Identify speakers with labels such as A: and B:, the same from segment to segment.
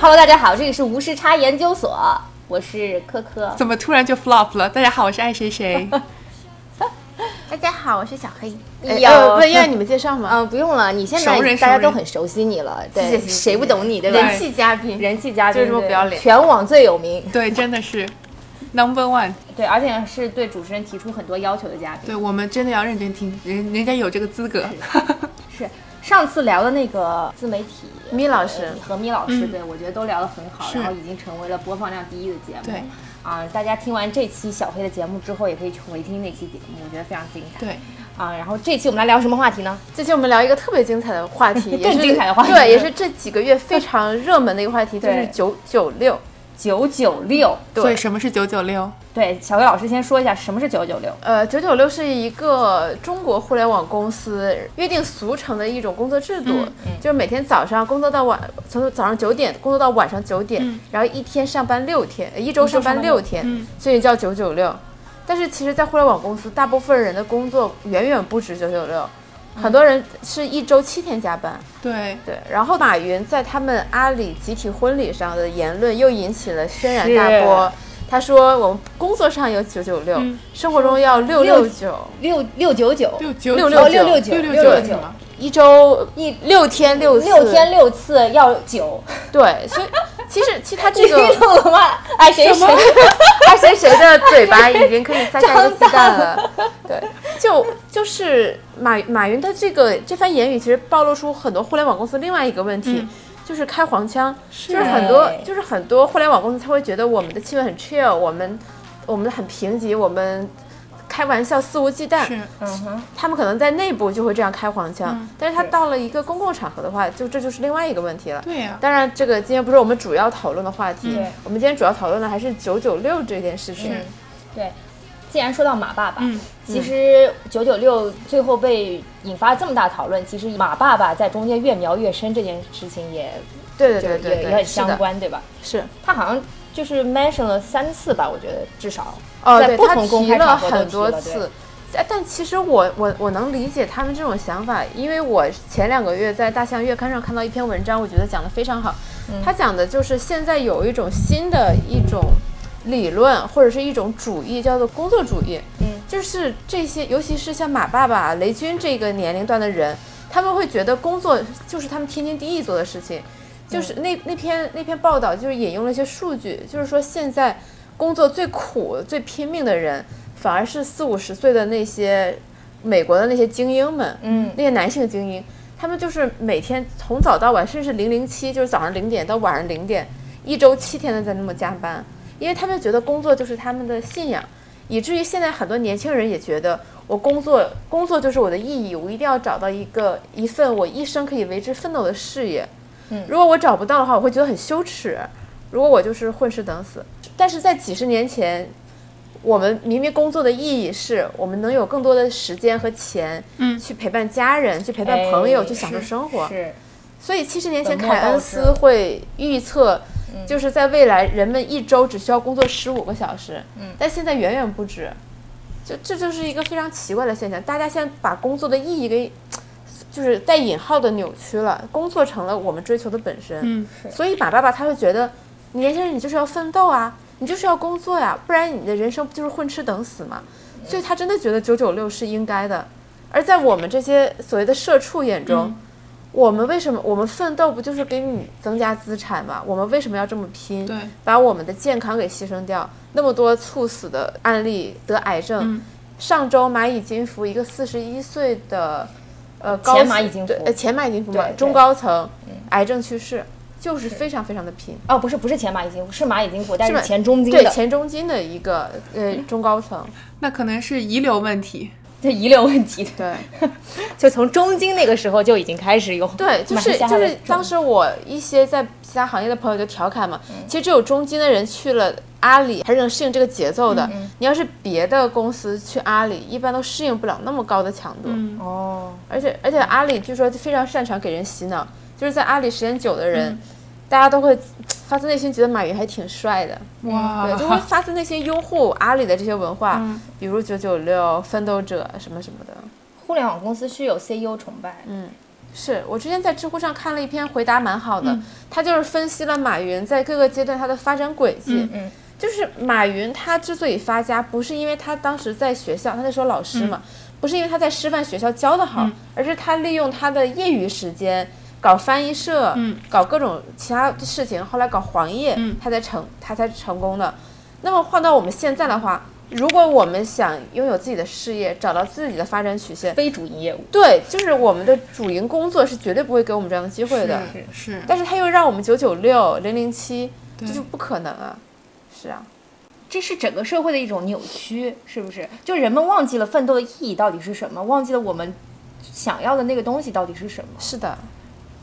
A: Hello，大家好，这里是无时差研究所，我是科科。
B: 怎么突然就 flop 了？大家好，我是爱谁谁。
C: 大家好，我是小黑。
A: 哎
C: 哎
A: 呦
C: 呃不要你们介绍吗？
A: 嗯，不用了，你现在
B: 熟人
A: 大家
B: 熟人
A: 都很熟悉你了，对，
C: 谢谢
A: 谁不懂你对吧？
B: 人
C: 气嘉宾，
A: 人气嘉宾，
C: 就是这么
A: 对
C: 不要脸
A: 全网最有名，
B: 对，真的是 number one。
A: 对，而且是对主持人提出很多要求的嘉宾。
B: 对我们真的要认真听，人人家有这个资格。
A: 是上次聊的那个自媒体，
C: 米老师嗯
A: 和咪老师，对我觉得都聊得很好，
B: 是
A: 然后已经成为了播放量第一的节目。
B: 对
A: 啊，大家听完这期小黑的节目之后，也可以去回听那期节目，我觉得非常精彩。
B: 对，
A: 啊，然后这期我们来聊什么话题呢？
C: 这期我们聊一个特别精彩的话题，也是
A: 更精彩的话题
C: 对，也是这几个月非常热门的一个话题，就
A: 对
C: 是九九六。
A: 九九六，
B: 所以
C: 对，
B: 什么是九九六？
A: 对，小黑老师先说一下什么是九九六。
C: 呃，九九六是一个中国互联网公司约定俗成的一种工作制度，就是每天早上工作到晚，从早上九点工作到晚上九点，然后一天上班六天，呃一周上班六天，所以叫九九六。但是其实，在互联网公司，大部分人的工作远远不止九九六，很多人是一周七天加班。
B: 对，
C: 对，然后马云在他们阿里集体婚礼上的言论又引起了轩然大波。他说：“我们工作上有九九六，生活中要六嗯六九，
A: 六六九九，
B: 六九
C: 六
A: 哦六
C: 六九
A: 六九，
B: 六
A: 六
B: 六
A: 九
B: 吗？
C: 一周
A: 一
C: 六天六次
A: 六天六次要九，
C: 对，所以其实其实他
A: 你
C: 这
A: 听
C: 个
A: 懂了吗？爱哎谁谁，
C: 爱谁谁的嘴巴已经可以塞下一个鸡蛋了。对，就就是马马云的这个这番言语，其实暴露出很多互联网公司另外一个问题。就是开黄腔，嗯就是很多，就是很多互联网公司，他会觉得我们的气氛很 chill，我们，我们很平级，我们开玩笑肆无忌惮。
B: 是
A: 嗯哼，
C: 他们可能在内部就会这样开黄腔，但是他
A: 是
C: 到了一个公共场合的话，就这就是另外一个问题了。
B: 对呀、
C: 当然，这个今天不是我们主要讨论的话题
A: 啊对，
C: 我们今天主要讨论的还是九九六这件事情
A: 嗯。对。既然说到马爸爸，
B: 嗯
A: 其实九九六最后被引发这么大讨论，其实马爸爸在中间越描越深这件事情也
C: 对对
A: 就
C: 对
A: 是
C: 对
A: 也
C: 对，
A: 也很
C: 是
A: 相
C: 的，
A: 关，对吧？
C: 是
A: 他好像就是 mention 了三次吧，我觉得至少
C: 哦，
A: 在
C: 对
A: 不
C: 他
A: 同公
C: 提
A: 开
C: 了
A: 场合都
C: 很
A: 提
C: 多
A: 了对
C: 次。哎但其实我我我能理解他们这种想法，因为我前两个月在《大象月刊》上看到一篇文章，我觉得讲的非常好。
A: 嗯
C: 他讲的就是现在有一种新的一种理论或者是一种主义，叫做工作主义。
A: 嗯，
C: 就是这些，尤其是像马爸爸、雷军这个年龄段的人，他们会觉得工作就是他们天经地义做的事情。就是那那篇那篇报道就是引用了一些数据，就是说现在工作最苦、最拼命的人，反而是四五十岁的那些美国的那些精英们，
A: 嗯
C: 那些男性精英，他们就是每天从早到晚，甚至零零七，就是早上零点到晚上零点，一周七天的在那么加班，因为他们觉得工作就是他们的信仰，以至于现在很多年轻人也觉得我工作工作就是我的意义，我一定要找到一个一份我一生可以为之奋斗的事业。如果我找不到的话，我会觉得很羞耻。如果我就是混吃等死，但是在几十年前，我们明明工作的意义是我们能有更多的时间和钱，嗯，去陪伴家人，去陪伴朋友，
A: 哎
C: 去享受
B: 是
C: 生活。
A: 是
C: 所以七十年前，
A: 本末
C: 凯
A: 倒置
C: 恩
A: 嗯
C: 斯会预测，就是在未来人们一周只需要工作十五个小时，嗯，但现在远远不止。就这就是一个非常奇怪的现象，大家现在把工作的意义给，就是带引号的扭曲了，工作成了我们追求的本身。
B: 嗯，
C: 所以马爸爸他会觉得，你年轻人你就是要奋斗啊，你就是要工作呀、不然你的人生不就是混吃等死嘛。所以他真的觉得九九六是应该的，而在我们这些所谓的社畜眼中，
A: 嗯
C: 我们为什么我们奋斗不就是给你增加资产吗？我们为什么要这么拼？
B: 对
C: 把我们的健康给牺牲掉？那么多猝死的案例，得癌症。
A: 嗯
C: 上周蚂蚁金服一个四十一岁的，呃，高
A: 前蚂蚁金服
C: 对呃前蚂蚁金服嘛
A: 对，对嗯
C: 中高层癌症去世，就是非常非常的拼。
A: 哦，不是不是前蚂蚁金服，是蚂蚁金服，但是
C: 吧
A: 前中金
C: 对
A: 的，嗯
C: 前中金的一个呃中高层，
B: 那可能是遗留问题。
A: 这遗留问题的，
C: 对
A: 就从中金那个时候就已经开始有
C: 对，就
A: 埋
C: 是
A: 下
C: 就
A: 了
C: 是当时我一些在其他行业的朋友就调侃
A: 嗯
C: 嘛，其实只有中金的人去了阿里还是能适应这个节奏的，
A: 嗯
C: 你要是别的公司去阿里，一般都适应不了那么高的强度，
A: 哦，
C: 而且而且阿里据说非常擅长给人洗脑，就是在阿里时间久的
A: 嗯
C: 人，大家都会发自内心觉得马云还挺帅的，
B: 哇，
C: 对，就会发自内心拥护阿里的这些文化，比如九九六、奋斗者什么什么的。
A: 互联网公司是有 CEO E 崇拜，嗯，
C: 是我之前在知乎上看了一篇回答蛮好
A: 嗯
C: 的，他就是分析了马云在各个阶段他的发展轨迹。
A: 嗯嗯
C: 就是马云他之所以发家，不是因为他当时在学校，他那时候老师
A: 嗯
C: 嘛，不是因为他在师范学校教的好，而是他利用他的业余时间搞翻译社，
A: 嗯
C: 搞各种其他事情，后来搞黄页，他才成他才成功的。那么换到我们现在的话，如果我们想拥有自己的事业，找到自己的发展曲线，
A: 非主营业务。
C: 对，就是我们的主营工作是绝对不会给我们这样的机会的，
B: 是是，
C: 但是他又让我们九九六、零零七，这
B: 对
C: 就不可能啊！是啊，
A: 这是整个社会的一种扭曲，是不是？就人们忘记了奋斗的意义到底是什么，忘记了我们想要的那个东西到底是什么。
C: 是的，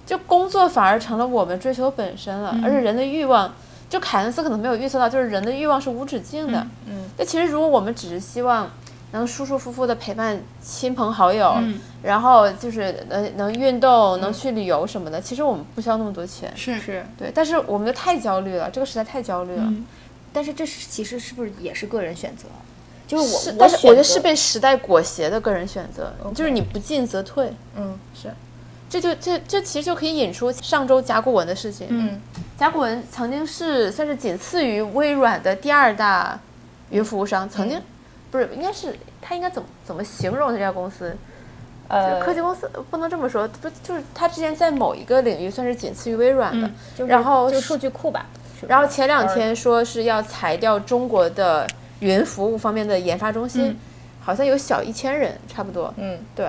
C: 就工作反而成了我们追求本身了，而且人的欲望，就凯恩斯可能没有预测到，就是人的欲望是无止境的。
A: 嗯，
C: 那其实如果我们只是希望能舒舒服服的陪伴亲朋好友，然后就是呃能能运动、能去旅游什么的，其实我们不需要那么多钱。
B: 是
A: 是。
C: 对，但是我们就太焦虑了，这个时代太焦虑了。
A: 但是这是其实是不是也是个人选择？就是我，
C: 是，
A: 我
C: 但是
A: 选
C: 我觉得
A: 择
C: 是被时代裹挟的个人选择就是你不进则退，
A: 嗯
C: 这就这这其实就可以引出上周甲骨文的事情。
A: 嗯
C: 甲骨文曾经是算是仅次于微软的第二大云服务商，曾经、不是应该是他应该怎么怎么形容这家公司？
A: 呃
C: 科技公司呃不能这么说，不就是他之前在某一个领域算是仅次于微软的，
A: 就是
C: 然后
A: 就数据库吧。是吧
C: 然后前两天说是要裁掉中国的云服务方面的研发中心，好像有小一千人差不多。
A: 嗯
C: 对。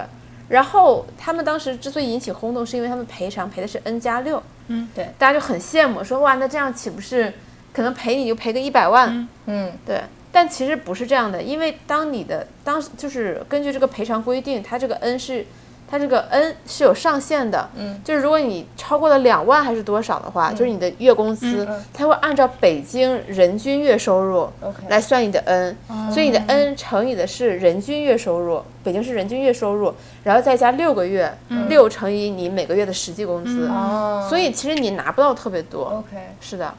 C: 然后他们当时之所以引起轰动，是因为他们赔偿赔的是 N 加六，
B: 嗯，
A: 对
C: 大家就很羡慕，说哇，那这样岂不是可能赔你就赔个一百万？
A: 嗯
C: 对，但其实不是这样的，因为当你的当就是根据这个赔偿规定，它这个 N 是它这个 N 是有上限的，
A: 嗯，
C: 就是如果你超过了两万还是多少的话，就是你的月工资，
A: 嗯
C: 它会按照北京人均月收入
A: OK 哦
C: 来算你的 N，、所以你的 N 乘以的是人均月收入，北京是人均月收入，然后再加六个月，六、乘以你每个月的实际工资，
A: 嗯哦
C: 所以其实你拿不到特别多，
A: OK
C: 是的。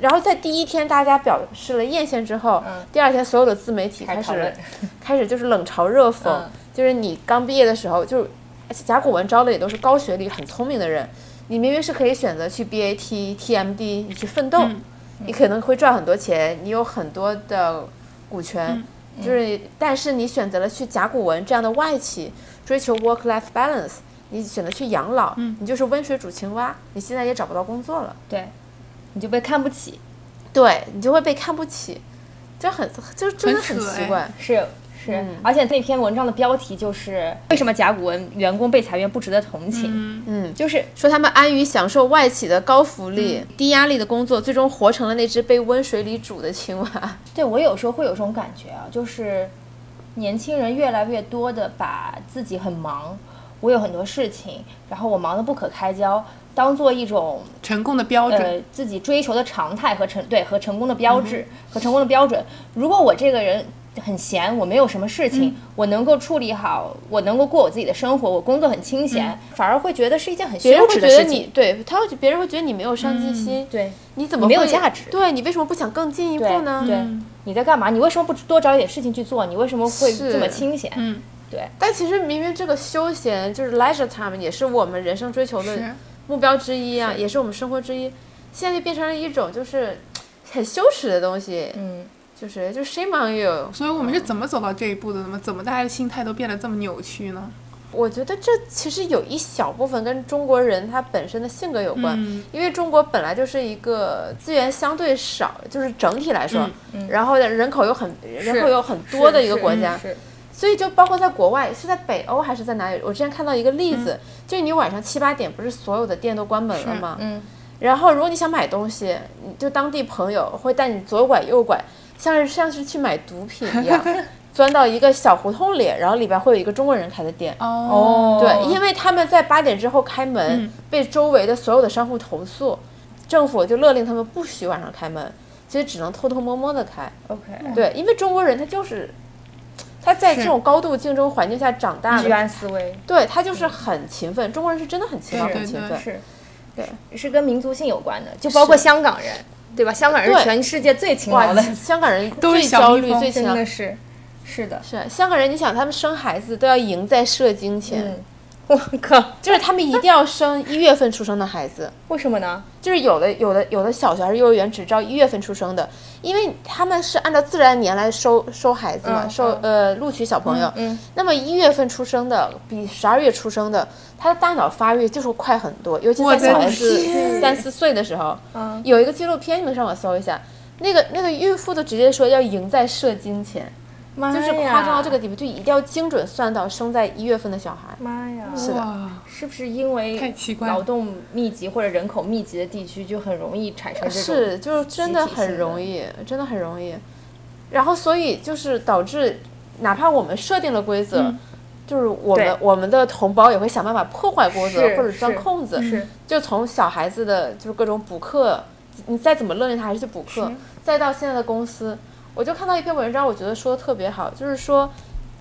C: 然后在第一天大家表示了艳羡之后，
A: 嗯
C: 第二天所有的自媒体
A: 开
C: 开
A: 始讨
C: 始
A: 论
C: 开始就是冷嘲热讽，
A: 嗯
C: 就是你刚毕业的时候，就是而且甲骨文招的也都是高学历、很聪明的人，你明明是可以选择去 BAT、TMD，你去奋斗，你可能会赚很多钱，你有很多的股权，就是但是你选择了去甲骨文这样的外企，追求 work-life balance，你选择去养老，你就是温水煮青蛙，你现在也找不到工作了。
A: 对，你就被看不起。
C: 对你就会被看不起，这很就真的
B: 很
C: 很
B: 扯
C: 奇
B: 哎
C: 怪。
A: 是是、而且那篇文章的标题就是“为什么甲骨文员工被裁员不值得同情”。
C: 嗯
A: 就是
C: 说他们安于享受外企的高福利、低压力的工作，最终活成了那只被温水里煮的青蛙。
A: 对我有时候会有这种感觉啊，就是年轻人越来越多的把自己很忙，我有很多事情，然后我忙得不可开交，当做一种
B: 成功的标准，
A: 呃自己追求的常态和成对和成功的标志、
C: 嗯
A: 和成功的标准。如果我这个人很闲，我没有什么事
C: 嗯
A: 情，我能够处理好，我能够过我自己的生活，我工作很清闲，反而会觉得是一件很羞
C: 嗯别人会
A: 耻的
C: 觉得
A: 事
C: 你
A: 情。
C: 对他会觉，别人会觉得你没有上进心，
A: 对
C: 你怎么
A: 你没有
C: 会
A: 价值
C: 对你为什么不想更进一步
A: 对
C: 呢？嗯
A: 对、你在干嘛？你为什么不多找一点事情去做？你为什么会
C: 是
A: 这么清闲？
B: 嗯，
A: 对，
C: 但其实明明这个休闲就是 leisure time，也是我们人生追求
B: 是
C: 的目标之一啊，也是我们生活之一。现在就变成了一种就是很羞耻的东西，
A: 嗯，
C: 就是就 shame on you。
B: 所以我们是怎么走到这一步的？怎么怎么大家的心态都变得这么扭曲呢？
C: 我觉得这其实有一小部分跟中国人他本身的性格有关，
B: 嗯
C: 因为中国本来就是一个资源相对少，就是整体来说，
B: 嗯
C: 然后人口又很人口又很多的一个国家，
A: 是是
C: 所以就包括在国外，是在北欧还是在哪里？我之前看到一个例
A: 嗯
C: 子，就是你晚上七八点不是所有的店都关门了吗？
A: 嗯，
C: 然后如果你想买东西，你就当地朋友会带你左拐右拐，像是像是去买毒品 一样，钻到一个小胡同里，然后里边会有一个中国人开的店。
B: 哦，嗯
C: 对，因为他们在八点之后开门，被周围的所有的商户投诉，政府就勒令他们不许晚上开门，所以只能偷偷摸摸的开。
A: OK，
C: 对，因为中国人他就是他在
B: 嗯
C: 这
B: 是
C: 种高度竞争环境下长大
A: 居
C: 的，
A: 安思危
C: 对他就是很勤奋。中国人是真的很勤劳，
B: 对
C: 很
B: 对
C: 勤
B: 对
C: 奋。
A: 是，
C: 对，
A: 是跟民族性有关的，就包括香港人，对吧？香港人
C: 对
A: 是全世界最勤劳
C: 哇，
A: 的，
C: 香港人
B: 都是
C: 最
B: 小
C: 焦
B: 蜜
C: 虑、
B: 蜂
C: 最勤
A: 真
C: 劳
A: 的。是，是的，
C: 是香港人，你想他们生孩子都要赢在射精前，
A: 嗯我靠，
C: 就是他们一定要生一月份出生的孩子，
A: 为什么呢？
C: 就是有的有的有的小学还是幼儿园只招一月份出生的，因为他们是按照自然年来收收孩子嘛，
A: 嗯
C: 收呃录取小朋友。
A: 嗯嗯
C: 那么一月份出生的比十二月出生的，他的大脑发育就是快很多，尤其
B: 我
C: 在
B: 的
C: 小孩子
B: 天
C: 三四岁的时候。
A: 嗯
C: 有一个纪录片，你们上网搜一下，那个那个孕妇都直接说要赢在射精前，
A: 妈
C: 就是夸张到这
A: 个。
C: 个地步，就一定要精准算到生在一月份的小孩。
A: 妈呀！
C: 是的
B: 哇，
A: 是不是因为
B: 太奇怪了
A: 劳动密集或者人口密集的地区就很容易产生这种？
C: 是，就是真的
A: 集体性
C: 很
A: 的
C: 容易，真的很容易。然后，所以就是导致，哪怕我们设定了规则，就是我们
A: 嗯对
C: 我们的同胞也会想办法破坏规则
A: 是
C: 或者钻
A: 是
C: 空子。
A: 是
C: 就从小孩子的就是各种补课，你再怎么勒令他还是去补课
A: 是，
C: 再到现在的公司，我就看到一篇文章，我觉得说的特别好，就是说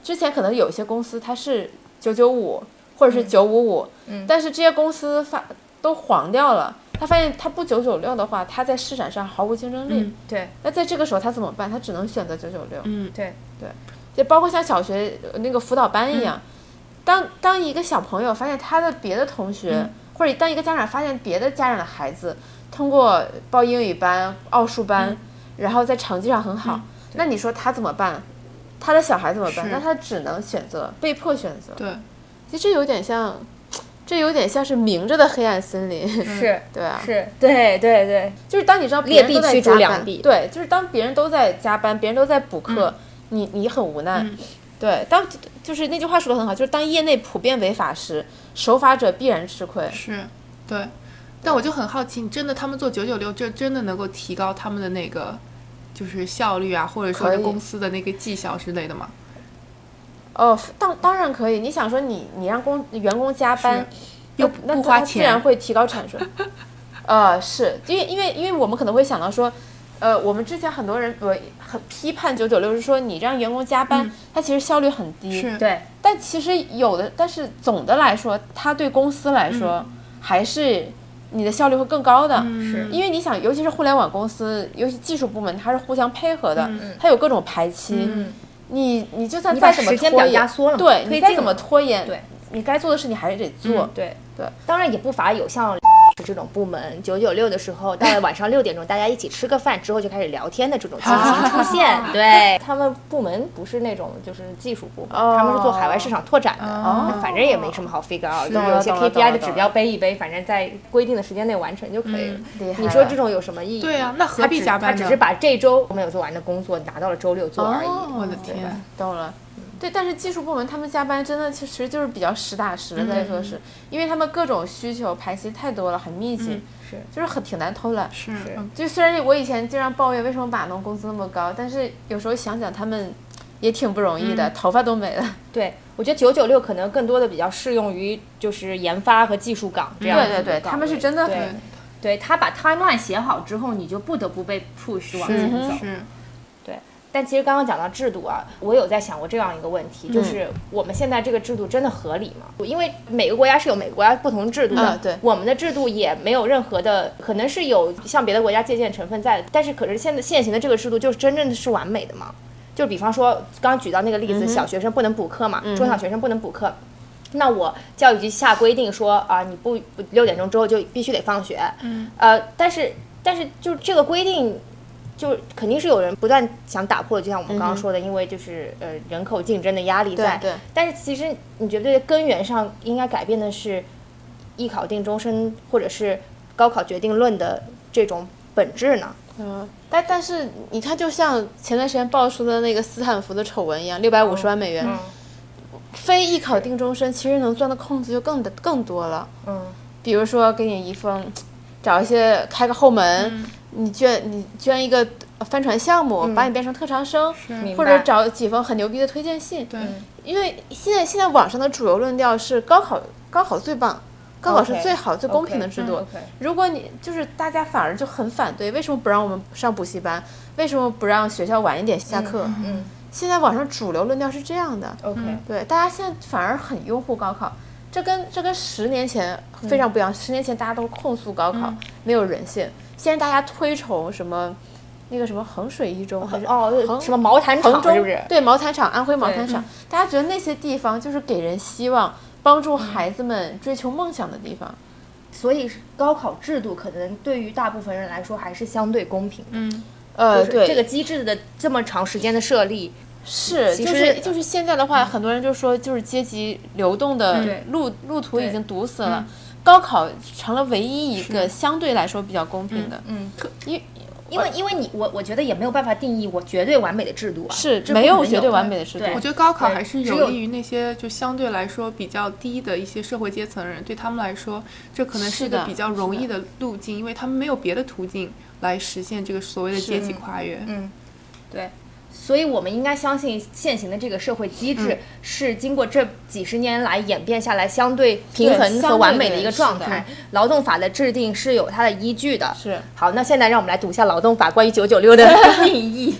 C: 之前可能有些公司它是九九五或者是九五五，
A: 嗯
C: 但是这些公司发都黄掉了，他发现他不九九六的话，他在市场上毫无竞争力。
B: 嗯
A: 对
C: 那在这个时候他怎么办？他只能选择九九六。
B: 嗯，
A: 对，
C: 就包括像小学呃那个辅导班一样，
B: 嗯
C: 当当一个小朋友发现他的别的同学，
B: 嗯
C: 或者当一个家长发现别的家长的孩子通过报英语班、奥数班，
B: 嗯
C: 然后在成绩上很好，那你说他怎么办？他的小孩怎么办？
B: 是
C: 那他只能选择被迫选择。
B: 对，
C: 其实这有点像，这有点像是明着的黑暗森林。
B: 嗯
A: 是
C: 对啊，
A: 是，对对对，
C: 就是当你知道别人
A: 劣
C: 都
A: 币
C: 在
A: 驱逐
C: 加
A: 良
C: 班，
A: 币
C: 对，就是当别人都在加班，别人都在补课，你你很无奈。
B: 嗯
C: 对，当就是那句话说的很好，就是当业内普遍违法时，守法者必然吃亏。
B: 是，对。但我就很好奇，你真的他们做九九六，这真的能够提高他们的那个就是效率啊，或者说
C: 可
B: 是
C: 以
B: 公司的那个绩效之类的吗？
C: 哦，当当然可以。你想说你你让工员工加班，那
B: 又
C: 那
B: 不花
C: 他自然
B: 钱，
C: 会提 高产出。呃，是因为因为因为我们可能会想到说，呃，我们之前很多人我很批判九九六是说你让员工加班，他其实效率很低。
B: 嗯是
A: 对
C: 但其实有的，但是总的来说，它对公司来说、还是你的效率会更高的。
A: 嗯是
C: 因为你想，尤其是互联网公司，尤其技术部门，它是互相配合的，它有各种排期。
A: 嗯
C: 你你就算
A: 你把
C: 再怎么
A: 时间
C: 拖
A: 表
C: 延，
A: 压缩了嘛
C: 对
A: 推
C: 你
A: 进
C: 再怎么
A: 了
C: 拖延，
A: 对
C: 你该做的事你还是得做。
A: 对
C: 对，
A: 当然也不乏有像 这种部门九九六的时候，到了晚上六点钟，大家一起吃个饭之后就开始聊天的这种情形出现。对他们部门不是那种就是技术部门，
C: 哦
A: 他们是做海外市场拓展的，
B: 哦
A: 那反正也没什么好 figure out，
C: 是
A: 就有一些
C: 懂了懂了
A: KPI 的指标背一背，反正在规定的时间内完成就可以了。
C: 厉害
A: 你说
C: 了
A: 这种有什么意义？
B: 对啊那何必
A: 他只
B: 加班呢
A: 他只是把这周没有做完的工作拿到了周六做嗯而已。
C: 哦
B: 我的
A: 对吧
B: 天，
C: 懂了。对，但是技术部门他们加班真的其实就是比较实打
A: 嗯
C: 实的在做事，因为他们各种需求排期太多了，很密集，
A: 嗯是
C: 就是很挺难偷懒。
B: 是
A: 是
B: 嗯
C: 就虽然我以前经常抱怨为什么码农工资那么高，但是有时候想想他们也挺不容易的，头发都没了。
A: 对，我觉得九九六可能更多的比较适用于就是研发和技术岗这样子
C: 对对
A: 的
C: 对
A: 岗
C: 他们是
A: 位
C: 真的
A: 对
C: 很，
A: 对他把 timeline 写好之后，你就不得不被 push 往前走
B: 是。是，
A: 对，但其实刚刚讲到制度啊，我有在想过这样一个问题，
C: 嗯
A: 就是我们现在这个制度真的合理吗？因为每个国家是有每个国家不同的制度的，
C: 嗯对
A: 我们的制度也没有任何的，可能是有向别的国家借鉴成分在的，但是可是现在现行的这个制度就是真正的是完美的吗？就比方说刚举到那个例
C: 嗯
A: 子，小学生不能补课嘛，中小学生不能补课。那我教育局下规定说啊，你不不六点钟之后就必须得放学，嗯，呃，但是但是就这个规定就肯定是有人不断想打破，就像我们刚刚说的，因为就是呃人口竞争的压力在。
C: 嗯对对
A: 但是其实你觉得根源上应该改变的是艺考定终身或者是高考决定论的这种本质呢？
C: 嗯，但但是你看，就像前段时间爆出的那个斯坦福的丑闻一样，六百五十万美元，
A: 嗯
C: 非艺考定终身，其实能钻的空子就更更多了。
A: 嗯，
C: 比如说给你一封，找一些开个后门，
A: 嗯
C: 你捐你捐一个帆船项目，把你变成特长生，
A: 明
C: 或者
A: 白
C: 找几封很牛逼的推荐信，
B: 对，
C: 因为现在现在网上的主流论调是高考高考最棒，高考是
A: OK，
C: 最好最公平的
A: OK，
C: 制度。
A: 嗯，OK
C: 如果你就是大家反而就很反对，为什么不让我们上补习班？为什么不让学校晚一点下课？
A: 嗯哦
C: 现在网上主流论调是这样的，
A: ，OK，嗯
C: 对，大家现在反而很拥护高考，这跟这跟十年前非常不
A: 嗯
C: 一样。十年前大家都控诉高考、没有人性，现在大家推崇什么那个什么衡水一中还是
A: 哦，
C: 衡
A: 什么毛毯
C: 衡
A: 厂
C: 嗯中
A: 是不是？
C: 对，毛毯厂，安徽毛
A: 对嗯
C: 毯厂，大家觉得那些地方就是给人希望，帮
A: 嗯
C: 助孩子们追求梦想的地方。
A: 所以高考制度可能对于大部分人来说还是相对公平的。
B: 嗯，
C: 呃，
A: 就是
C: 对，
A: 这个机制的这么长时间的设立，
C: 是，
A: 其
C: 就
A: 实嗯
C: 是就是现在的话，很多人就说就是阶级流动的
A: 对
C: 路路途已
A: 对嗯
C: 经堵死了，高考成了唯一一个相对来说比较公平的，
A: 嗯，
C: 因为
A: 因为因为你我我觉得也没有办法定义我绝对完美的制度啊，
C: 是
A: 这
C: 没
A: 不可
C: 有
A: 能
C: 绝对完
A: 的
C: 美的制度
A: 对
B: 嗯我觉得高考
A: 对
B: 还是
A: 只有
B: 有利于那些就相对来说比较低的一些社会阶层的人，对他们来说，这可能
C: 是
B: 一个
C: 的
B: 比较容易的路径，因为他们没有别的途径来实现这个所谓的阶级跨越。
A: 嗯，对，所以我们应该相信现行的这个社会机
C: 嗯
A: 制是经过这几十年来演变下来相对平衡和完美的一个状
C: 相对的
A: 态。劳动法的制定是有它的依据的。
C: 是。
A: 好，那现在让我们来读一下劳动法关于九九六的 定义。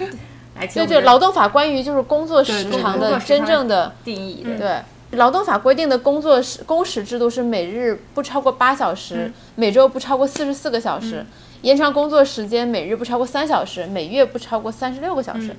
A: 来，请
C: 对
A: 我
C: 对，
A: 们
C: 劳动法关于就是工作
B: 对
C: 时
B: 对
C: 长
B: 工
A: 作
C: 的
A: 时
C: 真
A: 长
C: 正的
A: 定义。
B: 嗯
A: 对
C: 对。劳动法规定的工作时工时制度是每日不超过八小时，
B: 嗯
C: 每周不超过四十四个小时，延长工作时间每日不超过三小时，每月不超过三十六个小
B: 嗯
C: 时。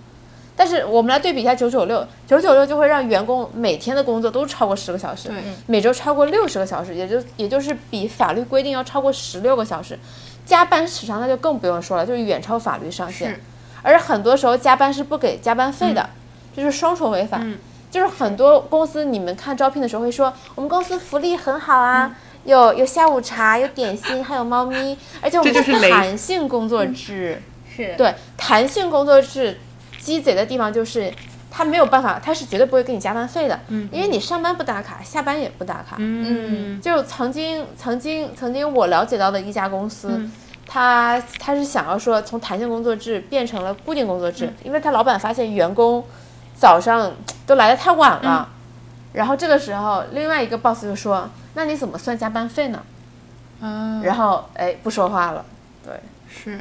C: 但是我们来对比一下九九六，九九六就会让员工每天的工作都超过十个小时，
B: 对，
C: 每周超过六十个小时，也就也就是比法律规定要超过十六个小时。加班时长那就更不用说了，就是远超法律上限
B: 是。
C: 而很多时候加班是不给加班费的，这是双重违法。
B: 嗯
C: 就是很多公司，你们看招聘的时候会说，我们公司福利很好啊，
B: 嗯
C: 有有下午茶，有点心，还有猫 咪，而且我们
B: 这就是雷嗯
C: 弹性工作制。
A: 是，
C: 对，弹性工作制鸡贼的地方就是。他没有办法，他是绝对不会给你加班费的，嗯、因为你上班不打卡，下班也不打卡，
B: 嗯，
C: 就曾经曾经曾经我了解到的一家公司，
B: 嗯
C: 他他是想要说从弹性工作制变成了固定工作
B: 嗯
C: 制，因为他老板发现员工早上都来的太晚了，
B: 嗯
C: 然后这个时候另外一个 boss 就说：“那你怎么算加班费呢？”
B: 啊，
C: 然后哎不说话了，对，
B: 是，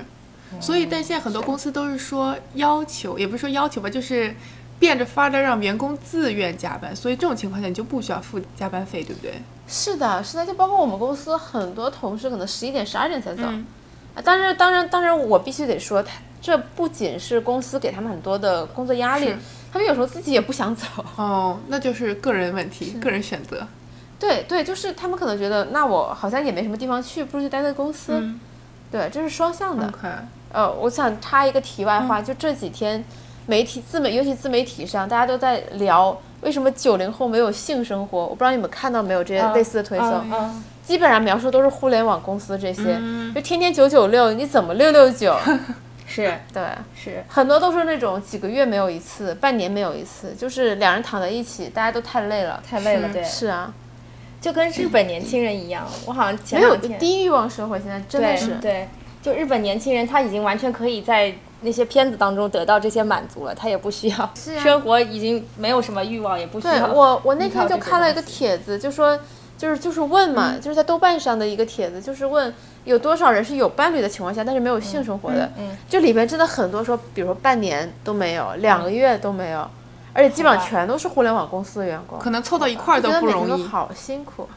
B: 所以但现在很多公司都是说要求，也不是说要求吧，就是变着法儿的让员工自愿加班，所以这种情况下你就不需要付加班费，对不对？
C: 是的，是的，就包括我们公司很多同事可能十一点、十二点才走。
B: 嗯
C: 啊，当然，当然，当然，我必须得说，他这不仅是公司给他们很多的工作压力
B: 是，
C: 他们有时候自己也不想走。
B: 哦，那就是个人问题，个人选择。
C: 对对，就是他们可能觉得，那我好像也没什么地方去，不如就待在公司。
B: 嗯
C: 对，这是双向的。
B: ，OK，
C: 呃，我想插一个题外
A: 嗯
C: 话，就这几天媒体自媒，尤其自媒体上，大家都在聊为什么九零后没有性生活。我不知道你们看到没有这些类似的推送，
A: 嗯嗯，
C: 基本上描述都是互联网公司这些，
B: 嗯
C: 就天天九九六，你怎么六六九？
A: 是
C: 对，
A: 是，
C: 很多都是那种几个月没有一次，半年没有一次，就是两人躺在一起，大家都太累了。
A: 太累了，
B: 是
A: 对，
C: 是啊，
A: 就跟日本年轻人一样，我好像前
C: 没有
A: 两天
C: 低欲望社会，现在真的
A: 对
C: 是。
A: 对，就日本年轻人他已经完全可以在那些片子当中得到这些满足了，他也不需要、
C: 是啊
A: 生活已经没有什么欲望，也不需
C: 对
A: 要。
C: 我，我那
A: 依靠
C: 天就
A: 这些
C: 看了一
A: 东
C: 个帖子，就说就是就是问嘛，就是在豆瓣上的一个帖子，就是问有多少人是有伴侣的情况下，但是没有性生活的。
A: 嗯嗯
C: 这里边真的很多说，比如说半年都没有，两个月都没有，而且基本上
A: 好吧
C: 全都是互联网公司的员工，
B: 可能凑到一块儿
C: 觉
B: 都
C: 得
B: 不
C: 每天
B: 容
C: 都
B: 易。
C: 好辛苦。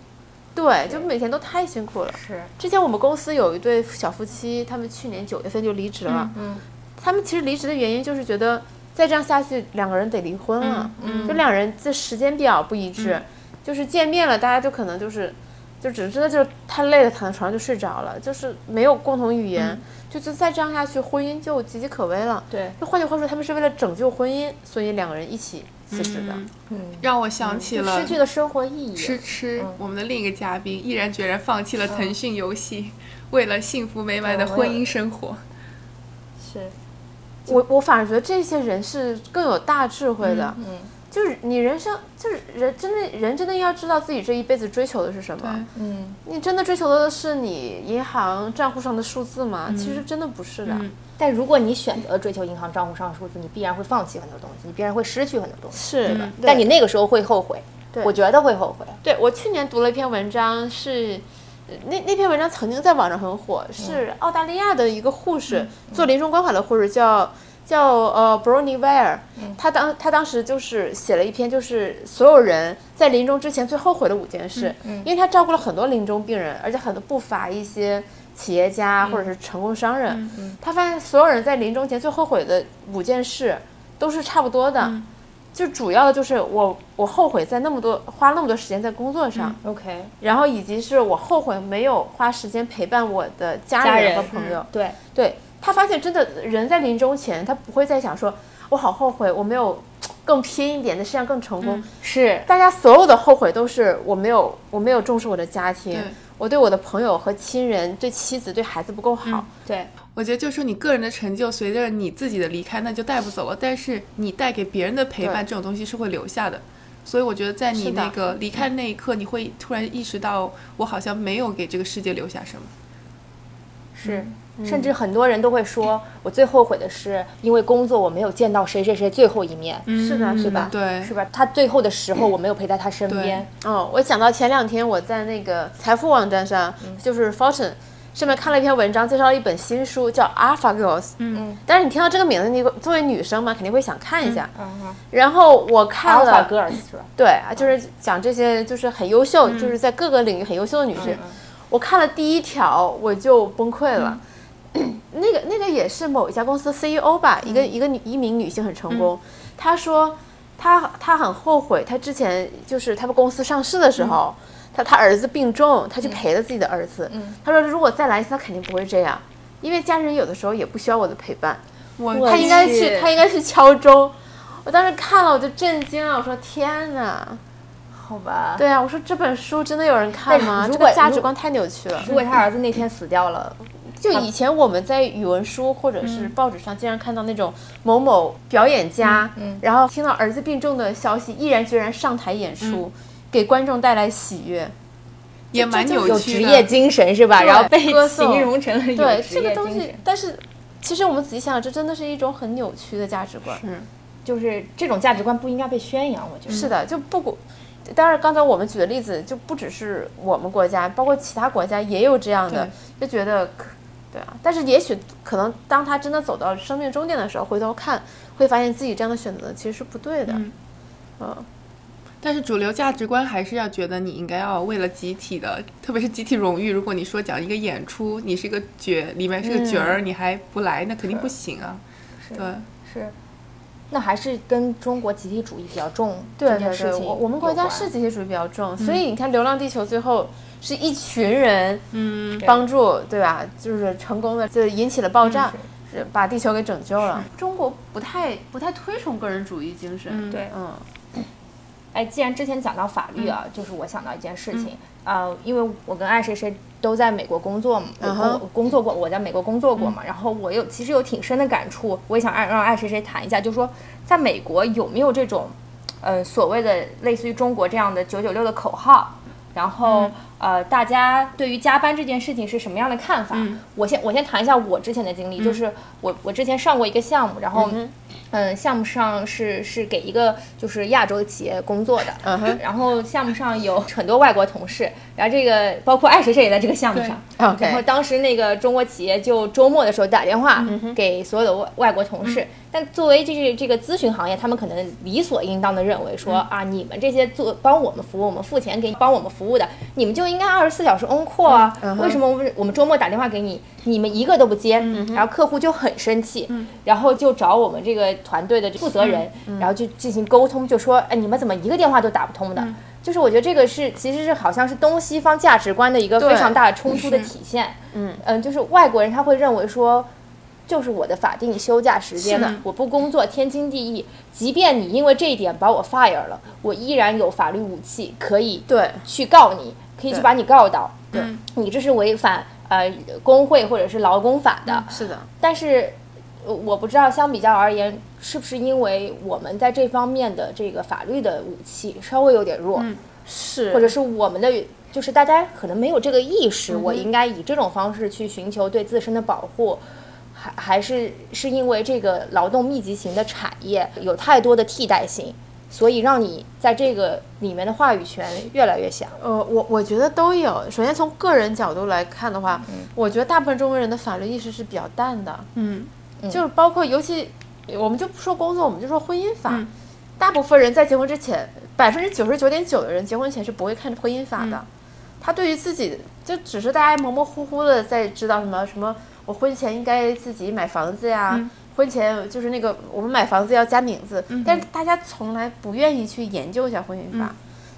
C: 对，就每天都太辛苦了。
A: 是
C: 之前我们公司有一对小夫妻，他们去年九月份就离职了。
A: 嗯
C: 他们其实离职的原因就是觉得再这样下去，两个人得离婚了。
A: 嗯嗯
C: 就两人这时间表不一致，就是见面了，大家就可能就是，就只是真的就是太累了，躺在床上就睡着了，就是没有共同语
A: 嗯
C: 言，就就再这样下去，婚姻就岌岌可危了。
A: 对，
C: 就换句话说，他们是为了拯救婚姻，所以两个人一起辞职的。
B: 嗯
A: 嗯，
B: 让我想起
A: 就
B: 了
A: 失去了生活意义。
B: 吃吃，我们的另一个嘉宾毅然决然放弃了腾讯游戏，为了幸福美满的
A: 对我
B: 婚
A: 有
B: 姻生活。
A: 是，
C: 我我反而觉得这些人是更有大智慧的。
A: 嗯
C: 就是你人生，就是人真的人真的要知道自己这一辈子追求的是什么。
B: 对
A: 嗯，
C: 你真的追求的是你银行账户上的数字吗？其实真的不是的。
B: 嗯
A: 但如果你选择追求银行账户上的数字，你必然会放弃很多东西，你必然会失去很多东西。
C: 是的
B: 嗯，
C: 对
A: 但你那个时候会后悔，
C: 对
A: 我觉得会后悔。
C: 对我去年读了一篇文章是。呃那那篇文章曾经在网上很火，是澳大利亚的一个护士、做临终关怀的护士叫，叫呃 Brony Ware，、她当她当时就是写了一篇，就是所有人在临终之前最后悔的五件事，因为她照顾了很多临终病人，而且很多不乏一些企业家或者是成功商人，她发现所有人在临终前最后悔的五件事都是差不多的，就主要就是我我后悔在那么多花那么多时间在工作上，
A: OK，
C: 然后以及是我后悔没有花时间陪伴我的家
A: 家
C: 人
A: 人嗯
C: 和朋友。
A: 对，
C: 对他发现真的人在临终前，他不会再想说我好后悔我没有更拼一点的，事上更成
A: 嗯
C: 功。
A: 是
C: 大家所有的后悔都是我没有我没有重视我的家庭
B: 对，
C: 我对我的朋友和亲人、对妻子、对孩子不够好。
A: 对，
B: 我觉得就是说你个人的成就随着你自己的离开，那就带不走了。但是你带给别人的陪伴，
C: 对
B: 这种东西是会留下的。所以我觉得在
C: 是
B: 你
C: 的嗯
B: 那个离开那一刻，你会突然意识到，我好像没有给这个世界留下什么。
A: 是，甚至很多人都会说，我最后悔的是因为工作我没有见到谁谁谁最后一面，
C: 是的，是
A: 嗯对吧？
B: 对
A: 是吧？他最后的时候我没有陪在他身边，
C: 哦，我想到前两天我在那个财富网站上，
A: 嗯
C: 就是 Fortune 上面看了一篇文章，介绍了一本新书，叫《Alpha Girls》。嗯
A: 嗯。
C: 但是你听到这个名字，你作为女生嘛，肯定会想看一下。
A: 嗯哼
C: 然后我看了
A: ，Alpha Girls 是吧？
C: 对啊，就是讲这些就是很优秀，就是在各个领域很优秀的女性。我看了第一条我就崩溃了。 那个那个也是某一家公司 CEO 吧，一个一个女一名女性很成功，她说她她很后悔，她之前就是他们公司上市的时候，她她儿子病重，她去陪了自己的儿子。她说如果再来一次，她肯定不会这样，因为家人有的时候也不需要我的陪伴。
B: 我
C: 他应该
A: 去
C: 去，他应该去敲钟。我当时看了我就震惊了，我说天哪！
A: 好吧。
C: 对啊，我说这本书真的有人看吗？
A: 但是
C: 这
A: 如果
C: 个价值观太扭曲了。
A: 如果他儿子那天死掉了，
C: 就以前我们在语文书或者是报纸上经常看到那种某某表演家，然后听到儿子病重的消息，毅然决然上台演出，给观众带来喜悦。
B: 也蛮扭
A: 有职
B: 曲的。
A: 业精神是吧？
C: 对
A: 然后被
C: 歌颂
A: 形容成了有
C: 对
A: 职
C: 这
A: 业
C: 个东
A: 精神
C: 西，，但是其实我们仔细想想，这真的是一种很扭曲的价值观。
A: 就是这种价值观不应该被宣扬，我觉得
C: 是的，就不管，当然刚才我们举的例子就不只是我们国家，包括其他国家也有这样的，就觉得可，对啊。但是也许可能当他真的走到生命终点的时候，回头看会发现自己这样的选择其实是不对的。嗯
B: 但是主流价值观还是要觉得你应该要为了集体的，特别是集体荣誉。如果你说讲一个演出，你是一个角，里面是个角
C: 嗯
B: 儿，你还不来，那肯定不行啊。对，
A: 是。那还是跟中国集体主义比较重
C: 对
A: 这件
C: 对
A: 事
C: 对，
A: 情
C: 我我们国
A: 有
C: 家
A: 关嗯
C: 是集体主义比较重，所以你看《流浪地球》最后是一群人
B: 嗯，
A: 对嗯
C: 帮助，对吧？就是成功的，就引起了爆炸，是把地球给拯救了。中国不太不太推崇个人主义精神，
B: 嗯
A: 对
C: 嗯，
A: 哎，既然之前讲到法律啊，就是我想到一件事情，呃，因为我跟爱谁谁都在美国工作嘛，我
C: 嗯
A: 工、
C: 哼嗯
A: 我工作过，我在美国工作过嘛，然后我有其实有挺深的感触，我也想爱让爱谁谁谈一下，就是说在美国有没有这种，呃，所谓的类似于中国这样的九九六的口号，然后、
C: 嗯
A: 呃，大家对于加班这件事情是什么样的看法？
C: 嗯
A: 我先我先谈一下我之前的经历，就是我我之前上过一个项目，然后。嗯，项目上是是给一个就是亚洲的企业工作的，
C: 嗯哼
A: 然后项目上有很多外国同事，然后这个包括爱谁谁也在这个项目上。
C: OK 嗯
A: 然后当时那个中国企业就周末的时候打电话给所有的外外国同事，但作为这是这个咨询行业，他们可能理所应当的认为说、
C: 嗯
A: 啊，你们这些做帮我们服务，我们付钱给你帮我们服务的，你们就应该二十四小时 on call 啊，
C: 嗯嗯哼
A: 为什么我们我们周末打电话给你，你们一个都不接？
C: 嗯
A: 然后客户就很生气，然后就找我们这个团队的负责人，
C: 嗯
A: 然后就进行沟通，就说哎，你们怎么一个电话都打不通的？
C: 嗯
A: 就是我觉得这个是其实是好像是东西方价值观的一个
C: 对
A: 非常大的冲突的体现。
C: 嗯
A: 嗯，就是外国人他会认为说，就是我的法定休假时间
C: 是的，
A: 我不工作天经地义。即便你因为这一点把我 fire 了，我依然有法律武器可以
C: 对，
A: 去告你，可以去
C: 对
A: 把你告倒。
C: 对
A: 嗯，你这是违反呃工会或者是劳工法的。
C: 是的，
A: 但是呃我不知道相比较而言，是不是因为我们在这方面的这个法律的武器稍微有点弱，
C: 嗯是
A: 或者是我们的就是大家可能没有这个意识，我应该以这种方式去寻求对自身的保护。还还是是因为这个劳动密集型的产业有太多的替代性，所以让你在这个里面的话语权越来越小。
C: 呃，我我觉得都有。首先从个人角度来看的话，我觉得大部分中国人的法律意识是比较淡的，
B: 嗯，
C: 就是包括尤其我们就不说工作，我们就说婚姻法，
B: 嗯
C: 大部分人在结婚之前，百分之九十九点九的人结婚前是不会看婚姻法
B: 嗯
C: 的，他对于自己就只
B: 嗯
C: 是大家模模糊糊的在知道什么什么，我婚前应该自己买房子呀，婚前就是那个我们买房子要加名字，但是大家从来不愿意去研究一下婚
B: 嗯
C: 姻法，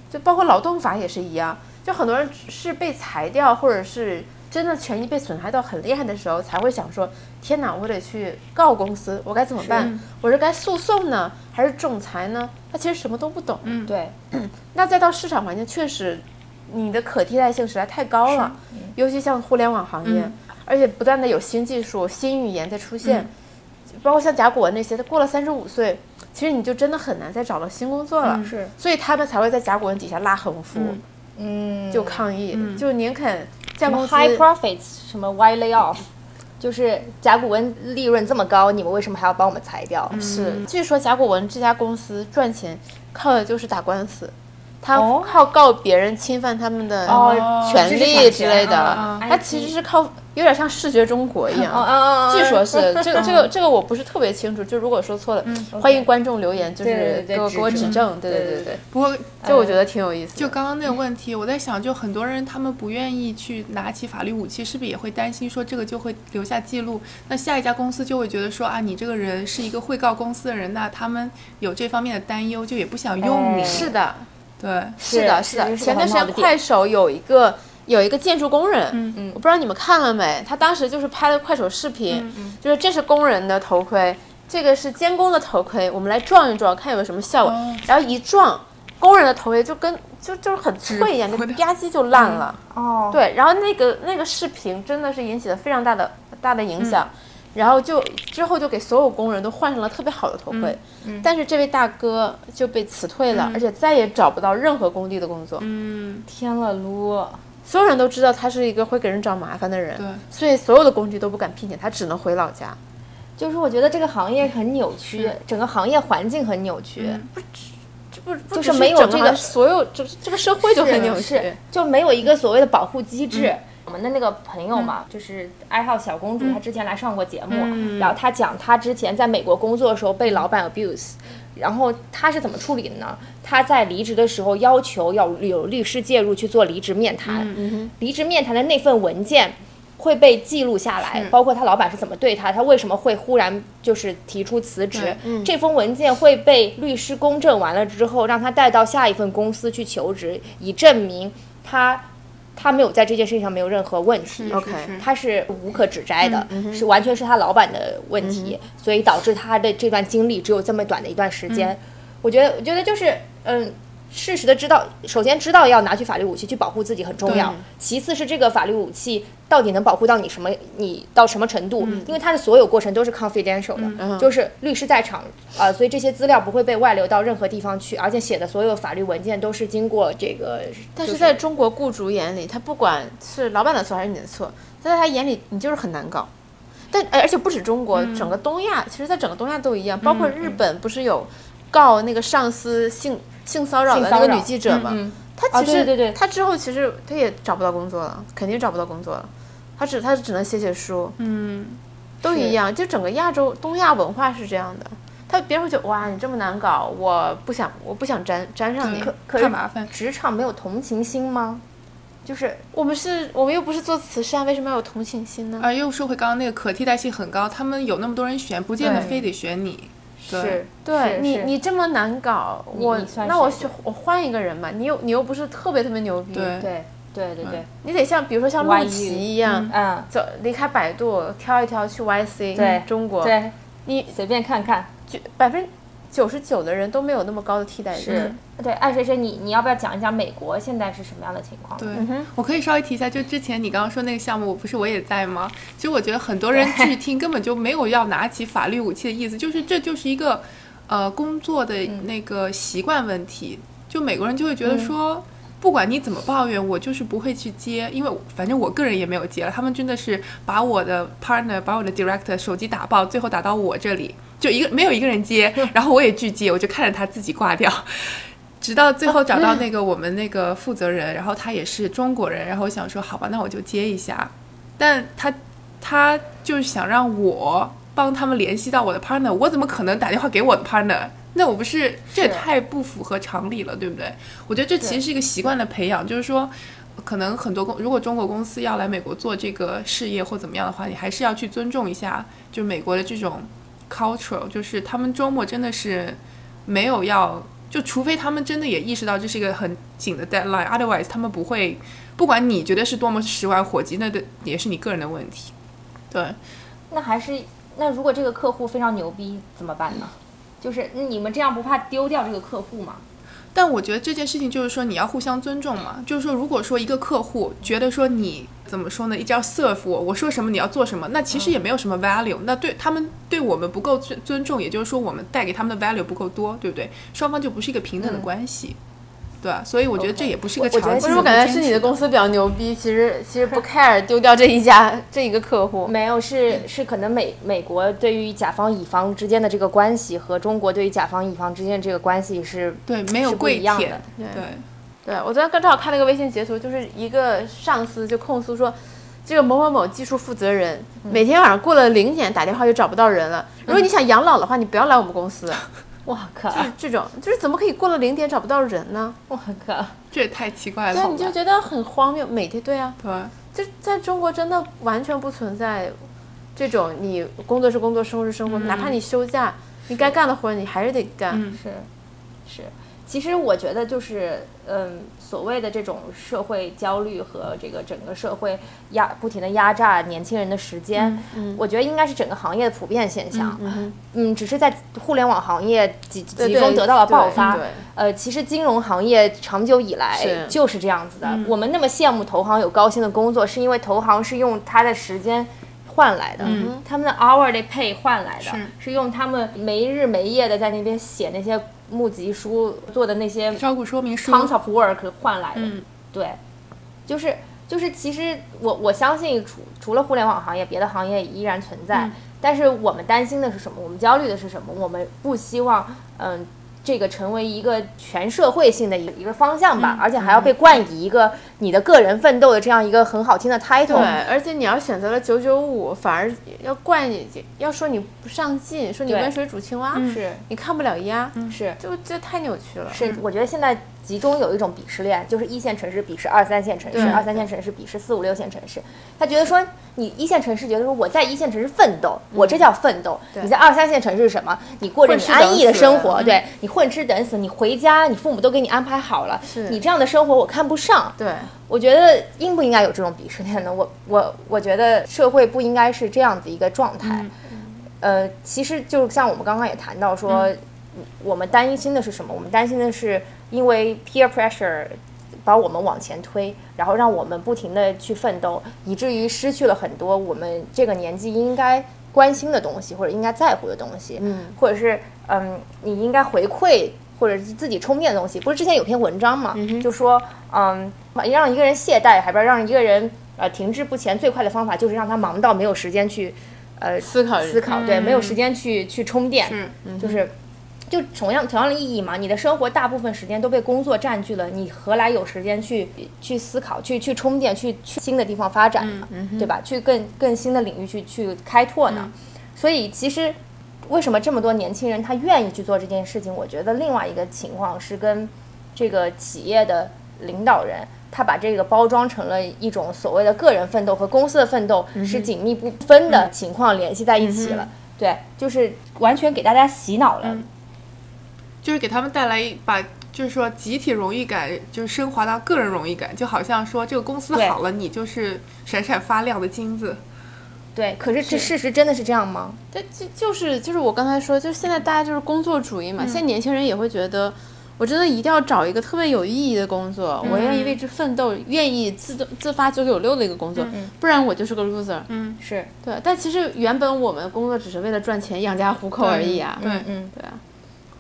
C: 就包括劳动法也是一样，就很多人是被裁掉或者是真的权益被损害到很厉害的时候，才会想说：天哪，我得去告公司，我该怎么办？我是该诉讼呢，还是仲裁呢？他其实什么都不懂。
A: 对，
C: 那再到市场环境，确实你的可替代性实在太高了，
A: 嗯
C: 尤其像互联网行业，而且不断的有新技术、新语言在出现，包括像甲骨文那些，他过了三十五岁，其实你就真的很难再找到新工作了，
A: 嗯是，
C: 所以他们才会在甲骨文底下拉横幅、
A: 嗯，
C: 就抗议，就宁肯降
A: 什
C: 工
A: 么
C: 资。
A: high profits，什么 wide layoff，就是甲骨文利润这么高，你们为什么还要把我们裁掉？
C: 是，据说甲骨文这家公司赚钱靠的就是打官司，他
A: 哦
C: 靠告别人侵犯他们的
A: 哦
C: 权
A: 知识
C: 利
A: 产
C: 之
A: 权
C: 类的
B: 啊
A: 啊，
C: 它
A: IP
C: 其实是靠有点像视觉中国一
A: 哦
C: 样。
A: 哦哦，
C: 据说是这个这个这个我不是特别清楚，就如果说错了，欢迎观众留言，就
A: 嗯对对
C: 是
A: 对
C: 给我
A: 指
C: 给我
A: 正
C: 指正。对对
A: 对
C: 对
A: 对
C: 对，
B: 不过
C: 就我觉得挺有意思的。
B: 就刚刚那个问题，我在想，就很多人他们不愿意去拿起法律武器，是不是也会担心说这个就会留下记录？那下一家公司就会觉得说啊，你这个人是一个会告公司的人，那他们有这方面的担忧，就也不想用你。
A: 哎
C: 是的，
B: 对，
C: 是的，
A: 是
C: 是的。
A: 这是
C: 前
A: 很
C: 段时
A: 好
C: 间
A: 的点
C: 快手有一个有一个建筑工人，
B: 嗯
A: 嗯
C: 我不知道你们看了没？他当时就是拍了快手视频，就是这是工人的头盔，这个是监工的头盔，我们来撞一撞，看有没有什么效果。
B: 哦
C: 然后一撞，工人的头盔就跟就就是很脆一样，就
B: 直
C: 吧
B: 的
C: 唧就烂了。
A: 哦，
C: 对，然后那个那个视频真的是引起了非常大的大的影响，然后就之后就给所有工人都换上了特别好的头盔，但是这位大哥就被辞退了，而且再也找不到任何工地的工作。
B: 嗯，
A: 天了撸，
C: 所有人都知道他是一个会给人找麻烦的人，
B: 对
C: 所以所有的工地都不敢聘请他，只能回老家。
A: 就是我觉得这个行业很扭曲，整个行业环境很扭曲。
C: 这不不
A: 就
C: 嗯只
A: 是没有
C: 整
A: 这
C: 行
A: 个
C: 所有这这个社会就很扭曲嗯
A: 是。就没有一个所谓的保护机制。我们的那个朋友嘛，就是爱好小公主，她之前来上过节目，
C: 嗯
A: 然后她讲她之前在美国工作的时候被老板 abuse，然后她是怎么处理的呢？她在离职的时候要求要有律师介入去做离职面谈，
C: 嗯
A: 离职面谈的那份文件。会被记录下来，包括她老板是怎么对她，她为什么会忽然就是提出辞职
B: 对，嗯
A: 这封文件会被律师公证完了之后，让她带到下一份公司去求职，以证明她她没有在这件事情上没有任何问题。
C: OK
B: 是嗯
A: 他是无可指摘的，是完全是他老板的问题，所以导致他的这段经历只有这么短的一段时间。
B: 嗯
A: 我觉得，我觉得就是，嗯，适时的知道，首先知道要拿去法律武器去保护自己很重要
B: 对，
A: 其次是这个法律武器到底能保护到你什么，你到什么程度？因为它的所有过程都是 confidential 的，
C: 嗯
A: 就是律师在场啊、所以这些资料不会被外流到任何地方去，而且写的所有法律文件都是经过这个，
C: 但
A: 就是
C: 在中国雇主眼里，他不管是老板的错还是你的错，他在他眼里你就是很难搞。但哎而且不止中国，
A: 嗯
C: 整个东亚，其实在整个东亚都一样，包括日本不是有告那个上司性性骚扰的
A: 性
C: 那
A: 骚
C: 个
A: 扰
C: 女记者嘛？
A: 嗯
C: 他其实、
A: 啊对对对
C: 他之后其实他也找不到工作了，肯定找不到工作了。他只他只能写写书，
B: 嗯，
C: 都一样，就整个亚洲东亚文化是这样的。他别人会觉得哇，你这么难搞，我不想我不想沾沾上你。
B: 对
A: 可
B: 怕
A: 是
B: 麻烦。
A: 职场没有同情心吗？就是
C: 我们是我们又不是做慈善，为什么要有同情心呢？
B: 啊，又说回刚刚那个可替代性很高，他们有那么多人选，不见得
A: 对
B: 非得选你。对
A: 是，
C: 对
A: 呃是
C: 你，
A: 是
C: 你这么难搞，
A: 你
C: 我
A: 你算
C: 那
A: 谁
C: 我选我换一个人吧。你又你又不是特别特别牛逼，
B: 对
A: 对对对对，
C: 你得像比如说像陆
A: YU
C: 琪一样，
A: 嗯，
C: 走离开百度，挑一挑去 YC
A: 对
C: 中国，
A: 对
C: 你
A: 随便看看
C: 百分之九十九的人都没有那么高的替代率。
A: 是。对，爱谁谁，你你要不要讲一讲美国现在是什么样的情况？
B: 对，
C: 哼
B: 我可以稍微提一下，就之前你刚刚说那个项目，我不是我也在吗？其实我觉得很多人拒听根本就没有要拿起法律武器的意思，就是这就是一个呃工作的那个习惯问题。就美国人就会觉得说，不管你怎么抱怨，我就是不会去接，因为我反正我个人也没有接了。他们真的是把我的 partner、把我的 director 手机打爆，最后打到我这里，就一个没有一个人接，然后我也拒接，我就看着他自己挂掉。直到最后找到那个我们那个负责人，然后他也是中国人，然后我想说好吧，那我就接一下，但他他就是想让我帮他们联系到我的 partner，我怎么可能打电话给我的 partner？那我不是这也
A: 是
B: 太不符合常理了，对不对？我觉得这其实是一个习惯的培养，就是说，可能很多公如果中国公司要来美国做这个事业或怎么样的话，你还是要去尊重一下，就美国的这种 cultural，就是他们周末真的是没有要，就除非他们真的也意识到这是一个很紧的 deadline，otherwise 他们不会，不管你觉得是多么十万火急，那的也是你个人的问题。对，
A: 那还是那如果这个客户非常牛逼怎么办呢？就是你们这样不怕丢掉这个客户吗？
B: 但我觉得这件事情就是说你要互相尊重嘛，就是说如果说一个客户觉得说你怎么说呢，一直要 serve 我，我说什么你要做什么，那其
C: 嗯
B: 实也没有什么 value，、那对他们对我们不够尊尊重，也就是说我们带给他们的 value 不够多，对不对？双方就不是一个平等的关系，对吧？所以我觉得这
A: OK
B: 也不是一个
C: 嗯我觉
B: 长
C: 得
B: 期的
C: 其实
B: 不
C: 我感觉
B: 坚
C: 是你
B: 持
C: 的公司比较牛逼，其实其 实不 care 丢掉这一家这一个客户。
A: 没有，是是可能美美国对于甲方乙方之间的这个关系和中国对于甲方乙方之间的这个关系是
B: 对没有
A: 是不
B: 跪
A: 一样
B: 舔
A: 的，。
C: 对
B: 对
C: 对，我昨天刚正好看了一个微信截图，就是一个上司就控诉说，这个某某某技术负责人每天晚上过了零点打电话就找不到人了。如果你想养老的话，你不要来我们公司。
A: 我靠，
C: 这种就是怎么可以过了零点找不到人呢？
A: 我靠，
B: 这也太奇怪了
C: 对啊，
B: 吧，
C: 你就觉得很荒谬。每天对啊，
B: 对。
C: 就在中国真的完全不存在这种你工作是工作，生活是生活，哪怕你休假，你该干的活儿你还是得干。
B: 嗯
A: 是是，其实我觉得就是嗯，所谓的这种社会焦虑和这个整个社会压不停的压榨年轻人的时间，
C: 嗯嗯
A: 我觉得应该是整个行业的普遍现象。
C: 嗯哼，
A: 嗯，只是在互联网行业集
C: 对
A: 集
C: 对嗯
A: 中得到了爆发。
C: 对对
A: 呃，其实金融行业长久以来
C: 是嗯
A: 就是这样子的。我们那么羡慕投行有高薪的工作，是因为投行是用他的时间。换来的，
B: 嗯
A: 他们的 hourly pay 换来的，
B: 是
A: 用他们没日没夜的在那边写那些募集书做的那些
B: 招股说明书
A: tons of work 换来的。
B: 嗯
A: 对，就是就是，其实我我相信除除了互联网行业，别的行业依然存在。
B: 嗯
A: 但是我们担心的是什么？我们焦虑的是什么？我们不希望，嗯、这个成为一个全社会性的一一个方向
B: 嗯
A: 吧，而且还要被冠以一个你的个人奋斗的这样一个很好听的 title。
C: 对，而且你要选择了九九五，反而要怪你，要说你不上进，说你
A: 对
C: 温水煮青蛙，
A: 是
C: 你看不了鸭，
A: 是
C: 就这太扭曲了。
A: 是，我觉得现在集中有一种鄙视链，就是一线城市鄙视二三线城市，
C: 对
A: 二三线城市鄙视四五六线城市。他觉得说，你一线城市觉得说我在一线城市奋斗，我这叫奋斗；
C: 嗯对
A: 你在二三线城市是什么？你过着
C: 混
A: 你
C: 吃等
A: 安逸的
C: 死嗯
A: 生活，对你混吃等死，你回家你父母都给你安排好了
C: 是，
A: 你这样的生活我看不上。
C: 对，
A: 我觉得应不应该有这种鄙视链呢？我我我觉得社会不应该是这样子一个状态。呃，其实就像我们刚刚也谈到说，我们担心的是什么？我们担心的是因为 peer pressure 把我们往前推，然后让我们不停的去奋斗，以至于失去了很多我们这个年纪应该关心的东西，或者应该在乎的东西，
C: 嗯
A: 或者是嗯，你应该回馈或者是自己充电的东西。不是之前有篇文章嘛，就说嗯，让一个人懈怠，还不是让一个人呃停滞不前，最快的方法就是让他忙到没有时间去呃
C: 思考人
A: 思考，对，没有时间去去充电，
B: 是
A: 就是。就同样同样的意义嘛，你的生活大部分时间都被工作占据了，你何来有时间去去思考、去去充电、去去新的地方发展呢？对吧？去更更新的领域去去开拓呢？所以其实为什么这么多年轻人他愿意去做这件事情？我觉得另外一个情况是跟这个企业的领导人，他把这个包装成了一种所谓的个人奋斗和公司的奋斗是紧密不分的情况联系在一起了。对，就是完全给大家洗脑了。
B: 就是给他们带来一把，就是说集体荣誉感，就是升华到个人荣誉感，就好像说这个公司
A: 对
B: 好了，你就是闪闪发亮的金子。
A: 对，可是这事实真的是这样吗？
C: 对，就就是就是我刚才说，就是现在大家就是工作主义嘛，现在年轻人也会觉得，我真的一定要找一个特别有意义的工作，我愿意为之奋斗，愿意自动自发九九六的一个工作，不然我就是个 loser。
A: 是，
C: 对，但其实原本我们工作只是为了赚钱养家糊口而已啊。
B: 对，
A: 嗯，
C: 对啊，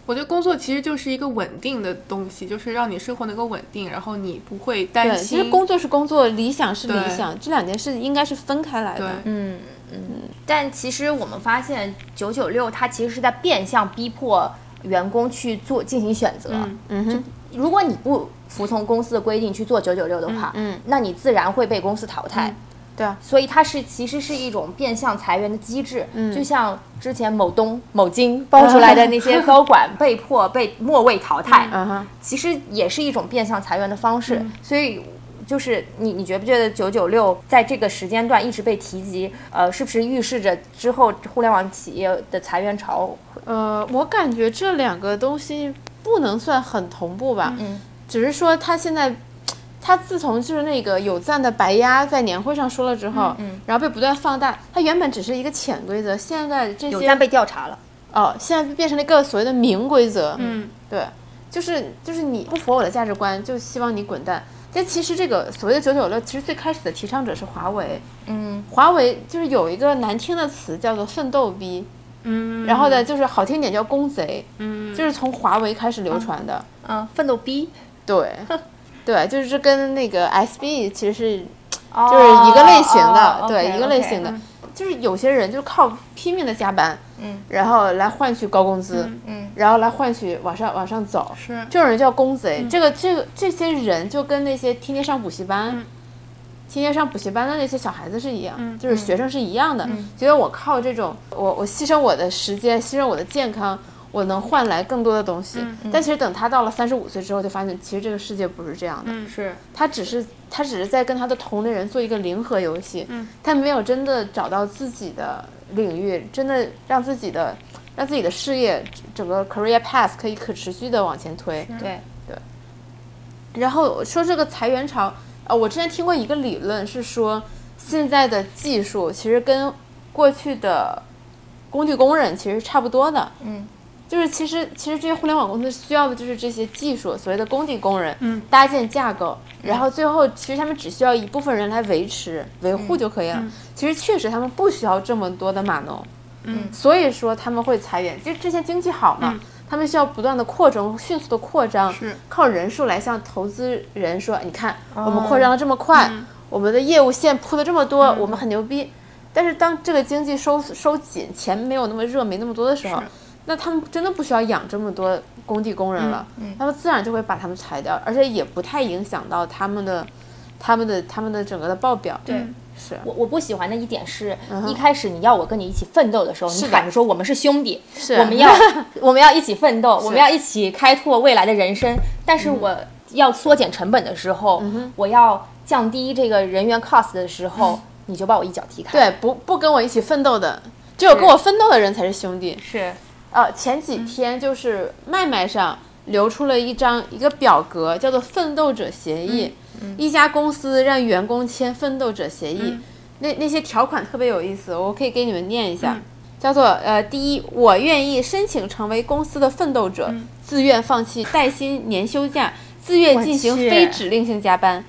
B: 我觉得工作其实就是一个稳定的东西，就是让你生活能够稳定，然后你不会担
C: 对，其
B: 心。
C: 实工作是工作，理想是理
B: 对
C: 想，这两件事应该是分开来
B: 对
C: 的。
A: 嗯嗯。但其实我们发现，九九六它其实是在变相逼迫员工去做进行选择。
B: 嗯
C: 嗯哼，
A: 如果你不服从公司的规定去做九九六的话，
C: 嗯嗯
A: 那你自然会被公司淘汰。
C: 对啊，
A: 所以它是其实是一种变相裁员的机制，
C: 嗯
A: 就像之前某东、某金爆出来的那些高管被迫被末位淘汰，
C: 嗯哼，
A: 嗯其实也是一种变相裁员的方式。所以就是你你觉不觉得九九六在这个时间段一直被提及，呃，是不是预示着之后互联网企业的裁员潮？
C: 呃，我感觉这两个东西不能算很同步吧，
A: 嗯，
C: 只是说他现在，他自从就是那个有赞的白鸭在年会上说了之后，
A: 嗯嗯
C: 然后被不断放大，它原本只是一个潜规则，现在这
A: 有
C: 些
A: 赞被调查了，
C: 哦，现在变成了一个所谓的明规则，
B: 嗯，
C: 对，就是就是你不符合我的价值观，就希望你滚蛋。但其实这个所谓的九九六，其实最开始的提倡者是华为，
A: 嗯，
C: 华为就是有一个难听的词叫做“奋斗逼”，
B: 嗯，
C: 然后呢，就是好听点叫“公贼”，
B: 嗯，啊
C: 就是从华为开始流传的。
A: 嗯，奋斗逼，
C: 对，对，就是这跟那个 SB 其实是
A: 就
C: 就是一个类型
B: 哦
A: 哦
C: 的，对，一个类型的，
B: 嗯
C: 就是有些人就靠拼命的加班，
A: 嗯，
C: 然后来换取高工资，
B: 嗯
A: 嗯
C: 然后来换取往上往上走，
B: 是嗯
C: 这种人叫工贼。这个这个这些人就跟那些天天上补习班。
B: 嗯
C: 天天上补习班的那些小孩子是一样，
B: 嗯
C: 就是学生是一样的，觉得我靠这种，我我牺牲我的时间，牺牲我的健康，我能换来更多的东西。
B: 嗯
C: 但其实等他到了三十五岁之后，就发现其实这个世界不是这样的，
A: 是，
C: 他只是他只是在跟他的同龄人做一个零和游戏，
B: 嗯
C: 他没有真的找到自己的领域，真的让自己的让自己的事业整个 career path 可以可持续的往前推。
A: 对，
C: 然后说这个裁员潮，呃，我之前听过一个理论是说，现在的技术其实跟过去的工具工人其实差不多的，
A: 嗯，
C: 就是其实其实这些互联网公司需要的就是这些技术，所谓的工地工人，
B: 嗯，
C: 搭建架构，然后最后其实他们只需要一部分人来维持维护就可以了。其实确实他们不需要这么多的码农，
B: 嗯
C: 所以说他们会裁员。就之前经济好嘛，
B: 嗯
C: 他们需要不断的扩张，迅速的扩张，
B: 是哦
C: 靠人数来向投资人说：“哎你看，我们扩张的这么快，
B: 嗯
C: 我们的业务线铺的这么多，我们很牛逼。”但是当这个经济收收紧，钱没有那么热，没那么多的时候
B: 是，
C: 那他们真的不需要养这么多工地工人了，
B: 嗯
C: 他们自然就会把他们裁掉，而且也不太影响到他们的、他们的、他们的整个的报表。
A: 对。
C: 是
A: 我我不喜欢的一点是，一开始你要我跟你一起奋斗的时候，你
C: 是的
A: 喊着说我嗯们是兄弟，
C: 是
A: 我们 要我们要一起奋斗，我们要一起开拓未来的人生。但
C: 嗯
A: 是我要缩减成本的时候，我要降低这个人员 cost 的时候，你就把我一脚踢开。，
C: 嗯对，不不跟我一起奋斗的，只有跟我奋斗的人才是兄弟。
A: 是，
C: 呃，前几天就是麦麦上流出了一张一个表格，叫做《奋斗者协议》，一家公司让员工签奋斗者协议，那那些条款特别有意思，我可以给你们念一下。叫做呃，第一，我愿意申请成为公司的奋斗者，自愿放弃带薪年休假，自愿进行
A: 我去
C: 非指令性加班。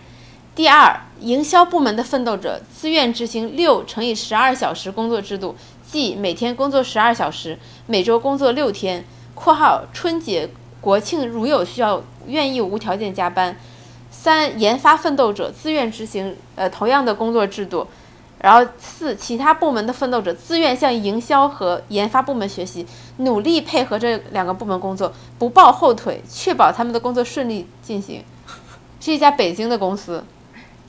C: 第二，营销部门的奋斗者自愿执行六乘以十二小时工作制度，即每天工作十二小时，每周工作六天（括号春节、国庆如有需要，愿意无条件加班）。三，研发奋斗者自愿执行呃同样的工作制度。然后四，其他部门的奋斗者自愿向营销和研发部门学习，努力配合这两个部门工作，不抱后腿，确保他们的工作顺利进行。是一家北京的公司，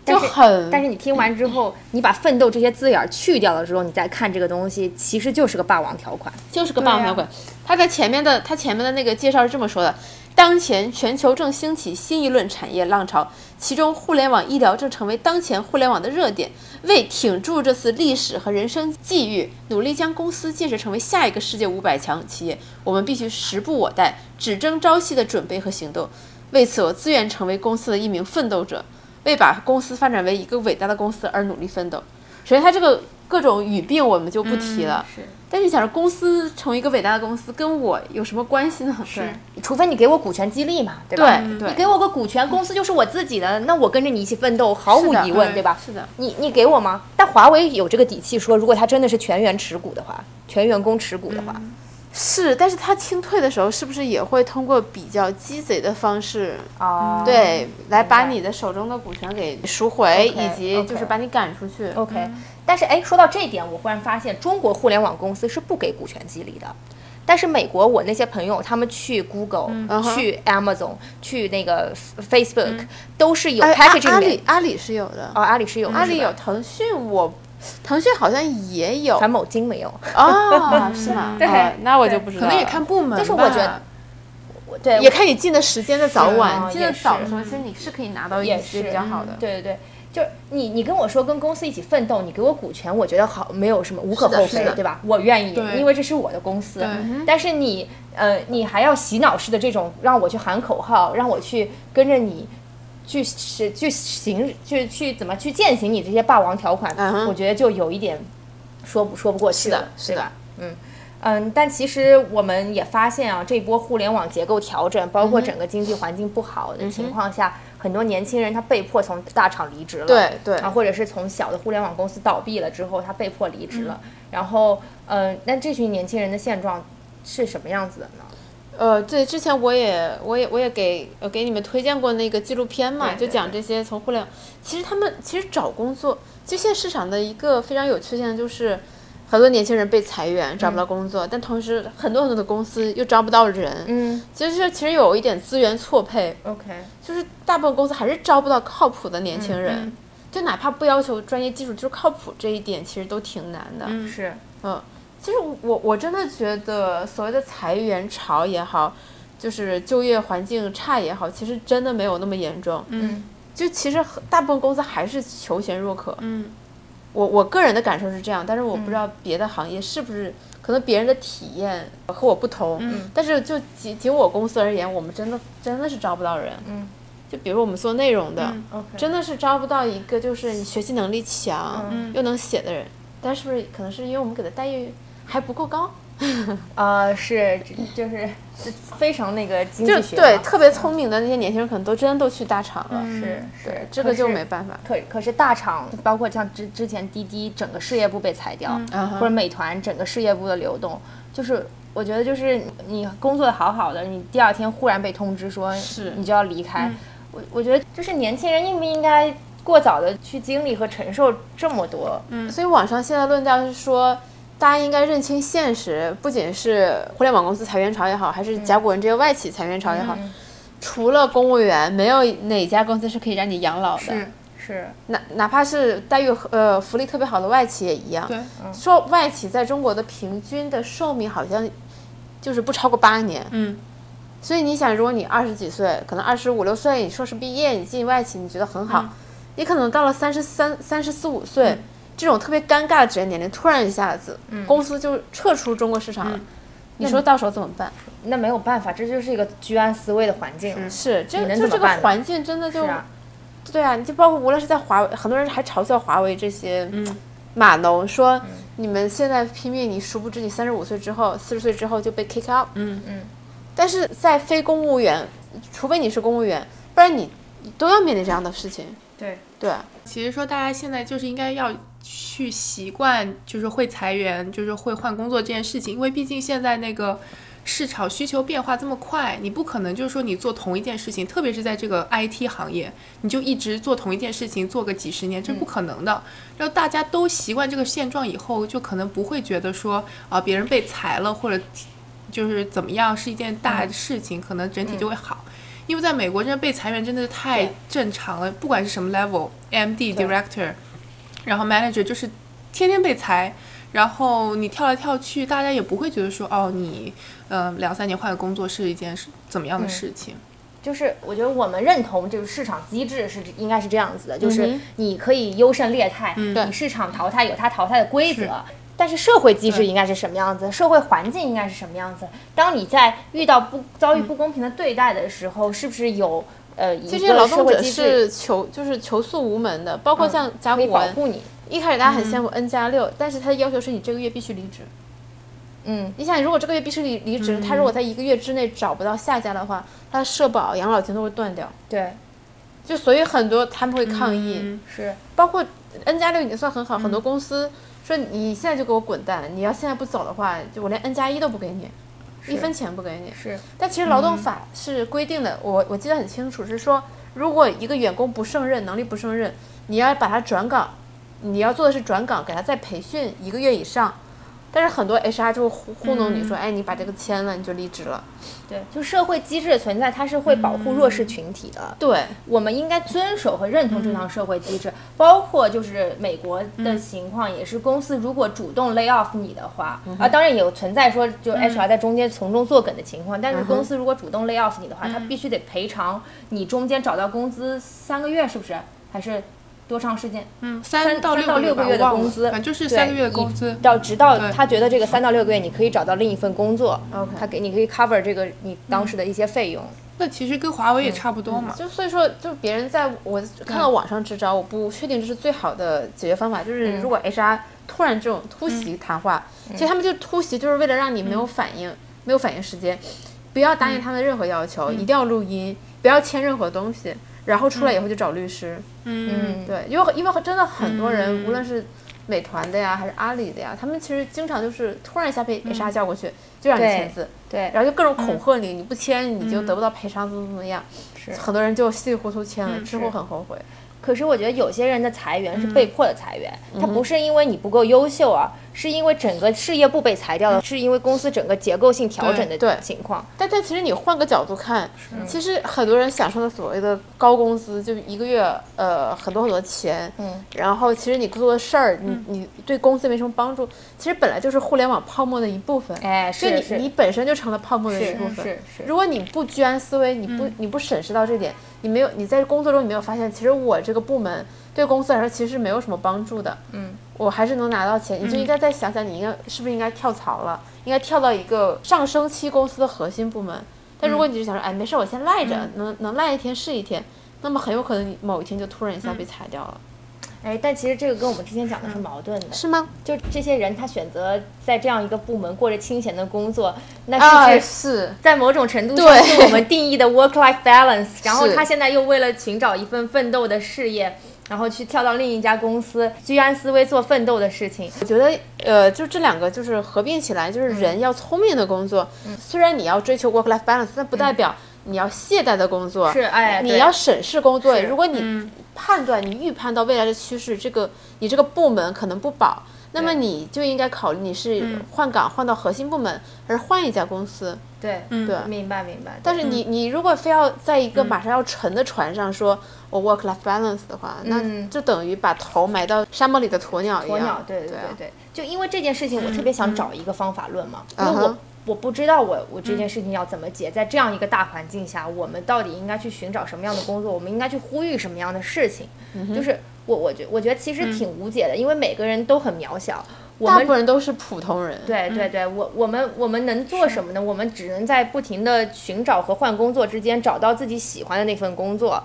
A: 但
C: 就是很
A: 但是你听完之后，你把奋斗这些字眼儿去掉的时候，你再看这个东西，其实就是个霸王条款。
C: 就是个霸王条款。他在前面的他前面的那个介绍是这么说的：当前全球正兴起新一轮产业浪潮，其中互联网医疗正成为当前互联网的热点。为挺住这次历史和人生际遇，努力将公司建设成为下一个世界五百强企业，我们必须时不我待，只争朝夕的准备和行动。为此，我自愿成为公司的一名奋斗者，为把公司发展为一个伟大的公司而努力奋斗。首先，他这个各种语病我们就不提了，
A: 嗯是，
C: 但是你想着公司成为一个伟大的公司，跟我有什么关系呢？是
A: 除非你给我股权激励嘛，对吧？
C: 对
A: 你
C: 对
A: 给我个股权，公司就是我自己的，那我跟着你一起奋斗，毫无
C: 是的
A: 疑问，
B: 对
A: 对吧？
C: 是的
A: 你你给我吗？但华为有这个底气说，如果他真的是全员持股的话，全员工持股的话，
C: 嗯是，但是他清退的时候，是不是也会通过比较鸡贼的方式，
A: 哦，
C: 对，来把
A: 明白
C: 你的手中的股权给赎回，以
A: OK，哦
C: 及就
A: OK
C: 是把你赶出去。
A: ，OK。但是哎，说到这一点，我忽然发现中国互联网公司是不给股权激励的。但是美国，我那些朋友他们去 Google、
C: 嗯哼
A: 去 Amazon、去那个 Facebook，、都是有
C: 哎阿
A: packaging
C: 阿
A: 里
C: 里阿里是有的，
A: 哦，阿里是有的，
C: 阿里
A: 是吧
C: 有，腾讯我，腾讯好像也有
A: 反正某金没有。
C: 哦，是 吗？
A: 对
C: 哦那我就不知
B: 可
C: 道了。
B: 能也看部门吧，
A: 但是我觉得我对
C: 也看你进的时间的早晚，
A: 是
C: 进的
A: 也是
C: 早的时候，其实你啊是可以拿到一
A: 也
C: 些
A: 是嗯
C: 比较好的。
A: 对对对，就是你你跟我说跟公司一起奋斗，你给我股权，我觉得好没有什么无可
C: 是的
A: 厚
C: 是
A: 非
C: 的，嗯
A: 对吧？我愿意
B: 对，
A: 因为这是我的公司
B: 对。
A: 但是你呃，你还要洗脑式的这种让我去喊口号，让我去跟着你。去实去行去去怎么去践行你这些霸王条款
C: 嗯哼
A: 我觉得就有一点说不说不过去
C: 是的
A: 了
C: 是
A: 对
C: 的
A: 吧？嗯嗯，但其实我们也发现啊，这波互联网结构调整，包
C: 嗯
A: 括整个经济环境不好的情况下，很多年轻人他被迫从大厂离职了，
C: 对对
A: 啊，或者是从小的互联网公司倒闭了之后，他被迫离职了。然后，嗯、那这群年轻人的现状是什么样子的呢？
C: 呃，对，之前我也我也我也给呃给你们推荐过那个纪录片嘛，
A: 对对
C: 就讲这些从互联网。其实他们其实找工作，就现在市场的一个非常有趣的现象就是，很多年轻人被裁员找不到工作，但同时很多很多的公司又招不到人。
A: 嗯
C: 其实是其实有一点资源错配，
A: ，OK，
C: 就是大部分公司还是招不到靠谱的年轻人，
B: 嗯
C: 就哪怕不要求专业技术，就是靠谱这一点其实都挺难的。
B: 嗯
A: 是，
C: 嗯，其实我我真的觉得所谓的裁员潮也好，就是就业环境差也好，其实真的没有那么严重。
B: 嗯
C: 就其实很大部分公司还是求贤若渴。
B: 嗯
C: 我我个人的感受是这样，但是我不知道别的行业是不是，可能别人的体验和我不同。
B: 嗯
C: 但是就仅仅我公司而言，我们真的真的是招不到人。
A: 嗯
C: 就比如我们做内容的，
B: 嗯
A: ，OK，
C: 真的是招不到一个就是你学习能力强、
B: 嗯
C: 又能写的人。但是不是可能是因为我们给的待遇还不够高？
A: 呃，是，就是是非常那个经
C: 就
A: 济学
C: 对
A: 嘛
C: 特别聪明的那些年轻人，可能都真的都去大厂了。
A: 是
C: 对
A: 是，，
C: 这
A: 可
C: 个就是没办法。
A: 可可是大厂，包括像之之前滴滴整个事业部被裁掉，
C: 嗯
A: 或者美团整个事业部的流动，就是我觉得就是你工作的好好的，你第二天忽然被通知说
C: 是嗯
A: 你就要离开，我我觉得就是年轻人应不应该过早的去经历和承受这么多？嗯，
C: 所以网上现在论调是说，大家应该认清现实，不仅是互联网公司裁员潮也好，还是甲骨文这些外企裁员潮也好，除了公务员，没有哪家公司是可以让你养老的。
B: 是，
A: 是
C: 哪哪怕是待遇和呃福利特别好的外企也一样。
B: 对，
A: 嗯
C: 说外企在中国的平均的寿命好像就是不超过八年，
B: 嗯
C: 所以你想，如果你二十几岁，可能二十五六岁，你硕士毕业，你进外企，你觉得很
A: 嗯
C: 好，你可能到了三十三、三十四五岁、这种特别尴尬的职业年龄，突然一下子，
A: 嗯
C: 公司就撤出中国市场了。你说到时候怎么办？
A: 那没有办法，这就是一个居安思危的环境。
C: 是，这
A: 你能
C: 就
A: 怎
C: 这
A: 么
C: 个
A: 办呢
C: 环境真的
A: 是
C: 就
A: 啊，
C: 对啊，你就包括无论是在华为，很多人还嘲笑华为这些码农，说
A: 嗯
C: 你们现在拼命，你殊不知你三十五岁之后、四十岁之后就被 kick out。
B: 嗯
A: 嗯。
C: 但是在非公务员，除非你是公务员，不然你你都要面临这样的事情。
A: 对，
C: 对，
B: 其实说大家现在就是应该要去习惯，就是会裁员，就是会换工作这件事情，因为毕竟现在那个市场需求变化这么快，你不可能就是说你做同一件事情，特别是在这个 IT 行业，你就一直做同一件事情做个几十年，这是不可能的。然后大家都习惯这个现状以后，就可能不会觉得说啊别人被裁了或者就是怎么样是一件大事情，可能整体就会好。因为在美国，真的被裁员真的是太
A: 对
B: 正常了，不管是什么 level，MD、director，然后 manager，就是天天被裁，然后你跳来跳去，大家也不会觉得说哦，你呃两三年换个工作是一件是怎么
A: 嗯
B: 样的事情。
A: 就是我觉得我们认同这个市场机制是应该是这样子的，就是
C: 嗯哼嗯
A: 你可以优胜劣汰，
C: 对
A: 你市场淘汰有它淘汰的规则
B: 是。
A: 但是社会机制
B: 对
A: 应该是什么样子？社会环境应该是什么样子？当你在遇到不遭
C: 嗯
A: 遇不公平的对待的时候，是不是有呃一
C: 其实劳
A: 个社
C: 动
A: 会
C: 者
A: 机制
C: 是求就是求诉无门的，包括像甲
A: 可以
C: 骨
A: 保
C: 文，
A: 护你？
C: 一开始大家很羡慕 N 加六，但是他的要求是你这个月必须离职。
A: 嗯，
C: 你想，如果这个月必须离离职，他如果在一个月之内找不到下家的话，他的社保、养老金都会断掉。
A: 对，
C: 就所以很多他们会抗议，
B: 嗯
A: 是
C: 包括 N 加六已经算很好，很多公司说你现在就给我滚蛋，你要现在不走的话，就我连 N 加一都不给你，一分钱不给你。
A: 是，
C: 但其实劳动法是规定的，我我记得很清楚，是说如果一个员工不胜任，能力不胜任，你要把他转岗，你要做的是转岗，给他再培训一个月以上，但是很多 HR 就会糊糊弄你说，哎，你把这个签了，你就离职了。
A: 对，就社会机制的存在，它是会保护弱
C: 嗯
A: 势群体的。
C: 对，
A: 我们应该遵守和认同这
B: 嗯
A: 套社会机制，包括就是美国的情况，也是公司如果主动 lay off 你的话，
B: 嗯
A: 啊，当然有存在说就 HR 在中间从中作梗的情况，但
B: 嗯
A: 是公司如果主动 lay off 你的话，他必须得赔偿你中间找到工资三个月，是不是？还是多长时间？
B: 嗯，
A: 三
B: 到
A: 三到
B: 六
A: 六
B: 吧
A: 个月的
B: 我忘
A: 工
B: 了
A: 资
B: 反正就是
A: 对
B: 三个月的
A: 以
B: 工资。
A: 到直到
B: 对
A: 他觉得这个三到六个月，你可以找到另一份工作
C: OK
A: 他给你可以 cover 这个你当
B: 嗯
A: 时的一些费用。
B: 那其实跟华为
A: 嗯
B: 也差不多嘛。
C: 就所以说，就别人在我看到网上支招，我不确定这是最好的解决方法。就是
B: 嗯
C: 如果 HR 突然这种突袭谈话，其实他们就突袭，就是为了让你
B: 嗯
C: 没有反应，没有反应时间，不要答应他们任何要
B: 嗯
C: 求，一定要录音，不要签任何东西，然后出来以后就找律师。
B: 嗯，
C: 对，因为因为真的很多人，无论是美团的呀，还是阿里的呀，他们其实经常就是突然一下
B: 嗯
C: 被 HR 叫过去，就让你
A: 对
C: 签字，
A: 对，
C: 然后就各种恐吓你，你不签你就得不到赔偿，怎么怎么样。
A: 嗯是嗯
C: 很多人就稀里糊涂签了，之后
A: 是
C: 很后悔。
A: 可是我觉得有些人的裁员是
C: 嗯
A: 被迫的裁员，他不是因为你不够优秀啊，是因为整个事业部被裁掉了，是因为公司整个结构性调整
C: 嗯对
A: 的
C: 对
A: 情况。
C: 但但其实你换个角度看，其实很多人享受的所谓的高工资，就一个月呃很多很多钱，
A: 嗯，
C: 然后其实你做的事儿，你、你对公司没什么帮助，其实本来就是互联网泡沫的一部分，
A: 哎，
C: 就是你你
A: 是
C: 本身就成了泡沫的一
A: 是
C: 部分。
A: 是是
C: 如果你不居安思危，你不、你不审视到这点，你没有你在工作中你没有发现，其实我这个部门对公司来说其实是没有什么帮助的。
A: 嗯，
C: 我还是能拿到钱，你就应该再想想，你应该是不是应该跳槽了，应该跳到一个上升期公司的核心部门。但如果你就想说，哎，没事儿，我先赖着，能能赖一天是一天，那么很有可能你某一天就突然一下被裁掉了，
A: 哎，但其实这个跟我们之前讲的是
C: 嗯
A: 矛盾的。
C: 是吗？
A: 就这些人，他选择在这样一个部门过着清闲的工作，那
C: 啊，
A: 是不是
C: 是，
A: 在某种程度上
C: 对
A: 是我们定义的 work-life balance。然 后
C: 是
A: 他现在又为了寻找一份奋斗的事业，然后去跳到另一家公司，居安思危做奋斗的事情。
C: 我觉得，呃，就这两个就是合并起来，就是
A: 嗯
C: 人要聪明的工作。虽然你要追求 work-life balance，但不代表你要懈怠的工作。
A: 嗯是哎
C: 你
A: 对
C: 要审视工作。
A: 是嗯
C: 如果你判断、你预判到未来的趋势，这个你这个部门可能不保，那么
A: 对嗯
C: 你就应该考虑你是换岗、换到核心部门，还是换一家公司。
A: 对，
C: 嗯对，
A: 明白明白。
C: 但是你、你如果非要在
A: 嗯
C: 一个马上要沉的船上说我 work life balance 的话，那
A: 嗯
C: 就等于把头埋到沙漠里的鸵鸟一样。
A: 鸵鸟，对
C: 对
A: 对
C: 啊
A: 对对，就因为这件事情，我特别想找一个方法论嘛，因
C: 嗯
A: 为
C: 啊哈
A: 我我不知道我我这件事情要怎么解，在这样一个大环境下，我们到底应该去寻找什么样的工作，我们应该去呼吁什么样的事情，
C: 嗯
A: 就是我我觉我觉得其实挺无解的，因为每个人都很渺小，我
C: 大
A: 们
C: 部分人都是普通人。
A: 对对对，我我们我们能做什么呢？我们只能在不停的寻找和换工作之间找到自己喜欢的那份工作。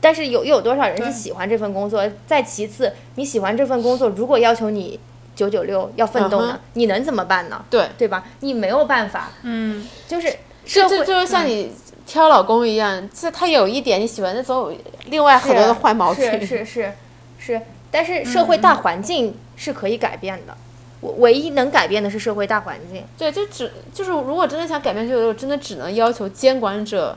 A: 但是有又有多少人是
B: 对
A: 喜欢这份工作？再其次，你喜欢这份工作，如果要求你九九六要奋斗
C: 嗯
A: 呢
C: 哼
A: 你能怎么办呢？
C: 对
A: 对吧？你没有办法，
B: 嗯，
A: 就是社
C: 这
A: 会嗯
C: 这就是像你挑老公一样，这他有一点你喜欢，那总有另外很多的坏毛病。嗯
A: 是是是是，但是社会大环境是可以改变的。我唯一能改变的是社会大环境。
C: 对，就只就是如果真的想改变这个，真的只能要求监管者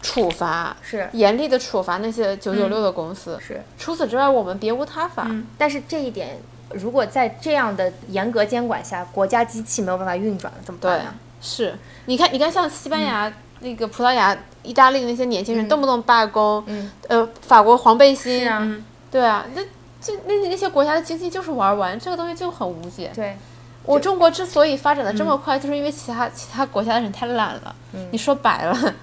C: 处罚，
A: 是嗯
C: 严厉的处罚那些九九六的公司。
A: 是，
C: 除此之外，我们别无他法。
B: 嗯
A: 但是这一点，如果在这样的严格监管下，国家机器没有办法运转了，怎么办
C: 对
A: 呢？，
C: 是，你看，你看，像西班
A: 嗯
C: 牙、那个葡萄牙、意大利那些年轻人，动不动罢工，
A: 嗯
C: 呃，法国黄背心，
A: 是啊
B: 嗯
C: 对啊，那这那那些国家的经济就是玩完，这个东西就很无解。
A: 对，
C: 我中国之所以发展的
A: 嗯
C: 这么快，就是因为其他其他国家的人太懒了。你说白了，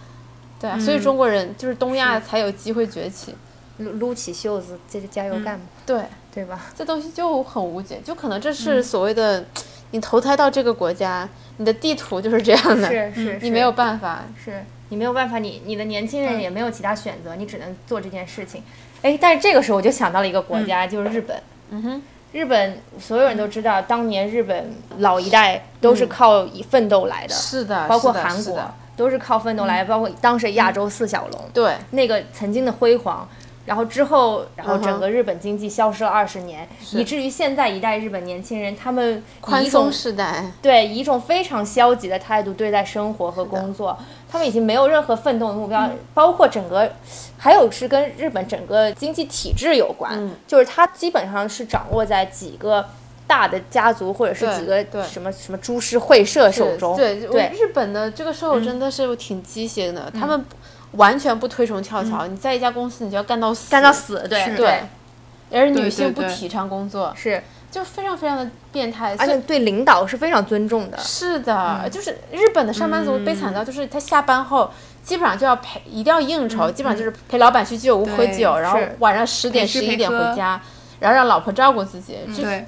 C: 对啊，
A: 嗯
C: 所以中国人就是东亚才有机会崛起。
A: 撸撸起袖子接着加油干嘛，
C: 对，
A: 对嗯吧？
C: 这东西就很无解，就可能这是所谓的、你投胎到这个国家，你的地图 就是这样的，
A: 是是，
C: 你
A: 是
C: 没有嗯办法。
A: 是你没有办法，你你的年轻人也没有其他选择，你只能做这件事情。哎，但是这个时候我就想到了一个国家，就是日本。
C: 嗯哼，
A: 日本所有人都知道，当年日本老一代都是靠以奋斗来的，
C: 嗯是的，
A: 包括
C: 是的
A: 韩
C: 是
A: 国
C: 的嗯
A: 都是靠奋斗来的，包括当时亚洲四小龙。
C: 对，
A: 那个曾经的辉煌，然后之后，然后
C: 嗯哼
A: 整个日本经济消失了二十年，以至于现在一代日本年轻人，他们
C: 宽
A: 以一种
C: 松时代，
A: 对以一种非常消极的态度对待生活和工作，他们已经没有任何奋斗的目标，
C: 嗯
A: 包括整个，还有是跟
C: 嗯
A: 日本整个经济体制有关，就是它基本上是掌握在几个大的家族或者是
C: 对
A: 几个
C: 对
A: 什么什么株式会社手中。
C: 对我
A: 对
C: 日本的这个社友真的是挺畸形的，他们完全不推崇跳槽，你在一家公司你就要干到死，
A: 干到死，对
B: 是
C: 对，而女
B: 对
C: 性不
B: 对
C: 提倡工作，
A: 是，
C: 就非常非常的变态。
A: 而
C: 所
A: 且
C: 以
A: 对领导是非常尊重的。
C: 是的，就是日本的上班族悲惨到，就是他下班后基本上就要陪，一定要应酬，基本上就是陪老板去居酒屋喝
B: 对
C: 酒，然后
A: 是
C: 晚上十点
B: 陪吃
C: 十一
B: 陪
C: 点
B: 喝
C: 回家，然后让老婆照顾自己，这
B: 对，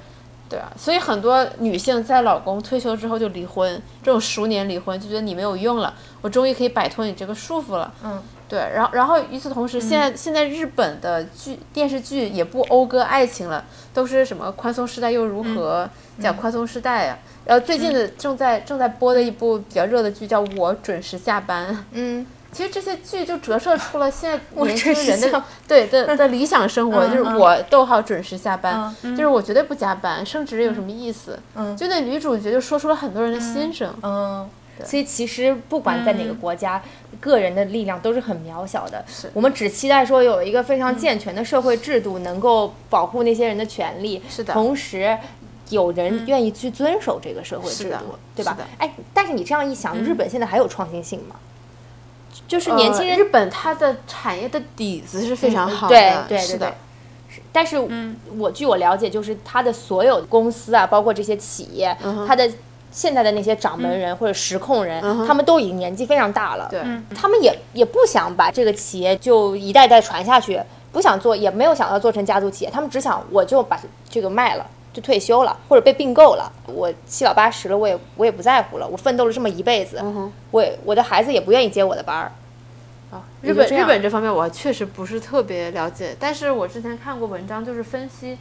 C: 对啊，所以很多女性在老公退休之后就离婚，这种熟年离婚就觉得你没有用了，我终于可以摆脱你这个束缚了。
A: 嗯，
C: 对，然后然后与此同时，现在、现在日本的剧电视剧也不讴歌爱情了，都是什么宽松时代又如
A: 嗯
C: 何，讲宽松时代啊。然后最近的正在、正在播的一部比较热的剧叫《我准时下班》，
A: 嗯，
C: 其实这些剧就折射出了 现在年轻
A: 准时
C: 人
A: 下嗯
C: 的对的的理想生活，就是我逗号准时下班，就是我绝对不加班，升职有什么意思？
A: 嗯
C: 就那女主角就说出了很多人的心声。呃
A: 嗯，所以其实不管在哪个国家，个人的力量都是很渺小的。
C: 嗯是
A: 我们只期待说有一个非常健全的社会制度，能够保护那些人的权利。
C: 是的嗯
A: 同时。有人愿意去遵守这个社会制
C: 是的
A: 度，对吧
C: 是的？嗯
A: 哎，但是你这样一想，日本现在还有创新性吗？就是年轻
C: 呃
A: 人嗯
C: 日本它的产业的底子是非常好的，
A: 对对
C: 是
A: 对
C: 的
A: 对，。是但是，我据我了解，就是他的所有公司啊，包括这些企业，他的现在的那些掌门人或者实控人，他们都已经年纪非常大了，
C: 对
A: 他们也也不想把这个企业就一代代传下去，不想做，也没有想要做成家族企业，他们只想我就把这个卖了。就退休了，或者被并购了，我七老八十了，我也我也不在乎了。我奋斗了这么一辈子，我也我的孩子也不愿意接我的班儿。
C: 啊，
A: 也
C: 日
A: 就
C: 本
A: 这
C: 日
A: 样
C: 本这方面我确实不是特别了解，但是我之前看过文章，就是分析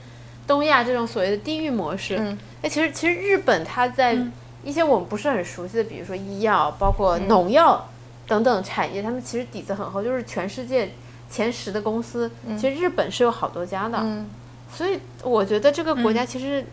C: 东亚这种所谓的地域模式。
A: 嗯，
C: 哎，其实其实日本它在一些我们不是很熟悉的，比如说医药、包括
A: 嗯
C: 农药等等产业，他们其实底子很厚，就是全世界前十的公司，其实日本是有好多家的。
A: 嗯，
C: 所以我觉得这个国家其实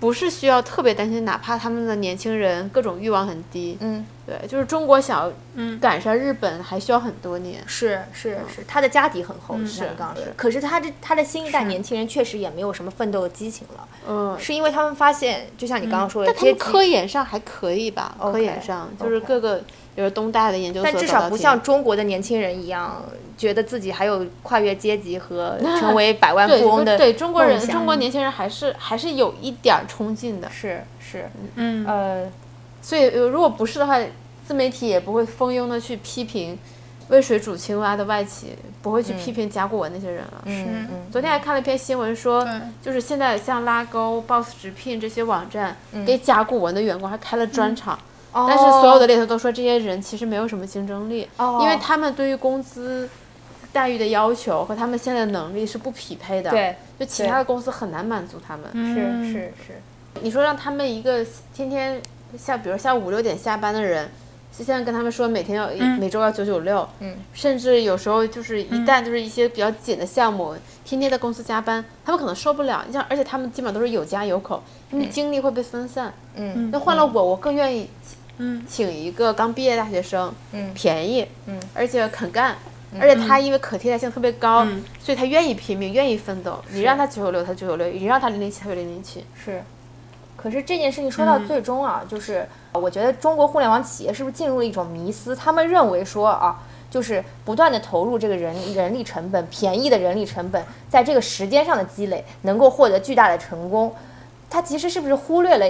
C: 不是需要特别担心，哪怕他们的年轻人各种欲望很低，
A: 嗯，
C: 对，就是中国想要赶上日本还需要很多年。
A: 是是是，他的家底很厚，是
C: 嗯是
A: 刚刚说的。可是他这他的新一代年轻人确实也没有什么奋斗的激情了，
C: 嗯，
A: 是因为他们发现，就像你刚刚说的，
C: 但他们
A: 阶级
C: 科研上还可以吧？
A: OK，
C: 科研上
A: OK
C: 就是各个，比如东大的研究所，
A: 但至少不像中国的年轻人一样，觉得自己还有跨越阶级 和成为百万
C: 对
A: 富翁的
C: 对中国人
A: 梦，想
C: 中国年轻人还是还是有一点儿冲劲的。
A: 是是
B: 嗯，
A: 呃
C: 所以呃如果不是的话，自媒体也不会蜂拥的去批评为水煮青蛙的外企，不会去批评甲骨文那些人了。
A: 嗯嗯
C: 昨天还看了一篇新闻说，
B: 对
C: 就是现在像拉钩、Boss 直聘这些网站，
A: 嗯
C: 给甲骨文的员工还开了专场，但是所有的猎头都说这些人其实没有什么竞争力，
A: 哦
C: 因为他们对于工资待遇的要求和他们现在的能力是不匹配的。
A: 对，嗯
C: 就其他的公司很难满足他们。
A: 是
C: 嗯
A: 是是，
C: 你说让他们一个天天下，比如下午五六点下班的人，就现在跟他们说每天要、每周要九九六，
A: 嗯，
C: 甚至有时候就是一旦就是一些比较紧的项目，天天在公司加班，他们可能受不了。你像，而且他们基本上都是有家有口，他们精力会被分散。
A: 嗯
C: 那换了我，我更愿意，嗯，请一个刚毕业大学生，
A: 嗯
C: 便宜，
A: 嗯，
C: 而且肯干，而且他因为可替代性特别高，所以他愿意拼命，愿意奋斗。你让他九九六，他九九六；你让他零零七，他就零零七。
A: 是。可是这件事情说到最终啊，就是我觉得中国互联网企业是不是进入了一种迷思？他们认为说啊，就是不断的投入这个人人力成本，便宜的人力成本，在这个时间上的积累，能够获得巨大的成功。他其实是不是忽略了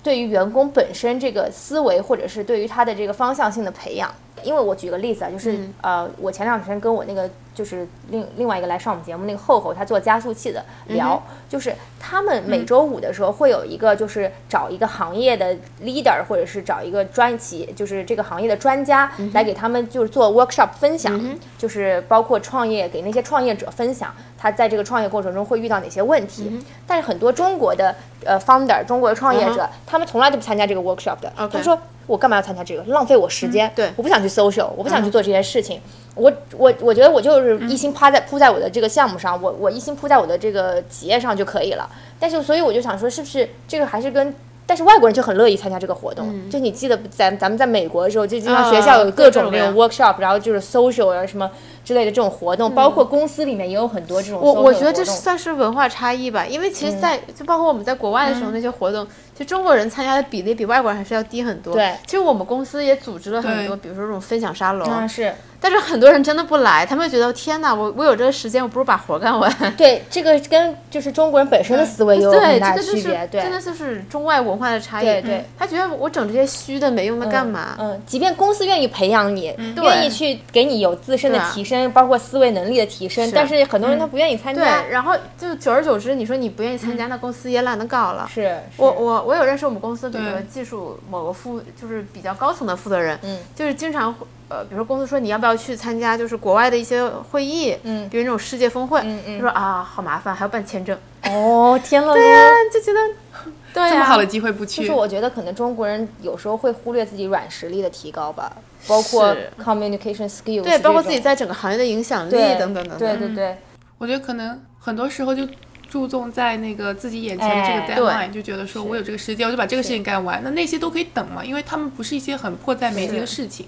A: 对于员工本身这个思维，或者是对于他的这个方向性的培养？因为我举个例子啊，就是、呃，我前两天跟我那个就是另另外一个来上我们节目那个厚厚，他做加速器的聊，就是他们每周五的时候会有一个就是找一个行业的 leader，或者是找一个专企，就是这个行业的专家
C: 嗯
A: 来给他们就是做 workshop 分享，就是包括创业给那些创业者分享他在这个创业过程中会遇到哪些问题。
C: 嗯
A: 但是很多中国的呃 founder，中国的创业者，他们从来都不参加这个 workshop 的，他
C: 嗯 OK 嗯
A: 们说。我干嘛要参加这个？浪费我时间。
C: 对嗯
A: 我不想去 social，我不想去做这些事情。我我我觉得我就是一心趴在扑在我的这个项目上，我我一心扑在我的这个企业上就可以了。但是所以我就想说，是不是这个还是跟。但是外国人就很乐意参加这个活动，就你记得咱咱们在美国的时候，就经常
C: 嗯啊
A: 学校有
C: 各
A: 各种
C: 种
A: 那种
C: 呀
A: workshop，、然后就是 social 啊什么之类的这种活动，包括公司里面也有很多这种 social
C: 嗯我
A: 的活动。嗯
C: 我觉得这是算是文化差异吧，因为其实在，就包括我们在国外的时候那些活动，其实中国人参加的比例比外国人还是要低很多。
A: 对
C: 其实我们公司也组织了很
B: 对
C: 多，比如说这种分享沙龙，
A: 啊是
C: 但是很多人真的不来，他们觉得天哪，我我有这个时间，我不如把活干完。
A: 对这个跟就是中国人本身的思维也有
C: 嗯对，
A: 很大
C: 这
A: 的
C: 个就
A: 区
C: 是
A: 别，对
C: 真的就是中外文化的差异。
A: 对
C: 嗯
A: 对
C: 他觉得我整这些虚的没用的干嘛？
A: 嗯，即便公司愿意培养你，
C: 嗯对
A: 愿意去给你有自身的
C: 对啊
A: 提升，包括思维能力的提升，
C: 是嗯
A: 但是很多人他不愿意参
C: 对
A: 加，，
C: 然后就久而久之，你说你不愿意参
A: 嗯
C: 加，那公司也懒得搞了。
A: 是是
C: 我我我有认识我们公司，比如
B: 对
C: 说技术某个负就是比较高层的负责人，
A: 嗯
C: 就是经常会呃，比如说公司说你要不要去参加就是国外的一些会议，
A: 嗯
C: 比如那种世界峰会，
A: 嗯嗯
C: 就说啊好麻烦，还要办签证，
A: 哦天了，
C: 对 呀、就觉得嗯对啊
B: 这
C: 呀、
B: 么好的机会不
A: 啊就
B: 去
A: 是，我觉得可能中国人有时候会忽略自己软实力的提高吧，包括
C: 是
A: communication skills，
C: 对，包括自己
A: 这种
C: 在整个行业的影响力
A: 对
C: 等等等等，嗯
A: 对对对，
B: 我觉得可能很多时候就注重在那个自己眼前的这
A: 哎
B: 个 deadline，、就觉得说我有这个时间，我就把这个事情干完。那那些都可以等嘛，因为他们不是一些很迫在眉睫的事情。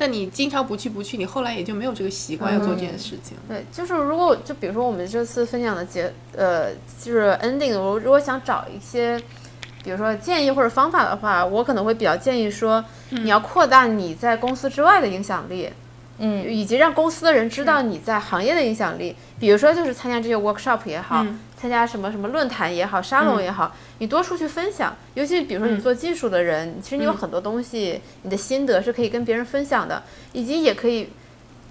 B: 但你经常不去不去，你后来也就没有这个习惯要做
A: 嗯
B: 这件事情。
C: 对，就是如果就比如说我们这次分享的结，呃，就是 ending，我如果想找一些，比如说建议或者方法的话，我可能会比较建议说，
B: 嗯
C: 你要扩大你在公司之外的影响力，
A: 嗯
C: 以及让公司的人知道你在行业的影响力。比如说就是参加这些 workshop 也好，
B: 嗯
C: 参加什么什么论坛也好，沙龙也好，你多出去分享。尤其比如
B: 嗯
C: 说你做技术的人，其实你有很多东西，你的心得是可以跟别人分享的，以及也可以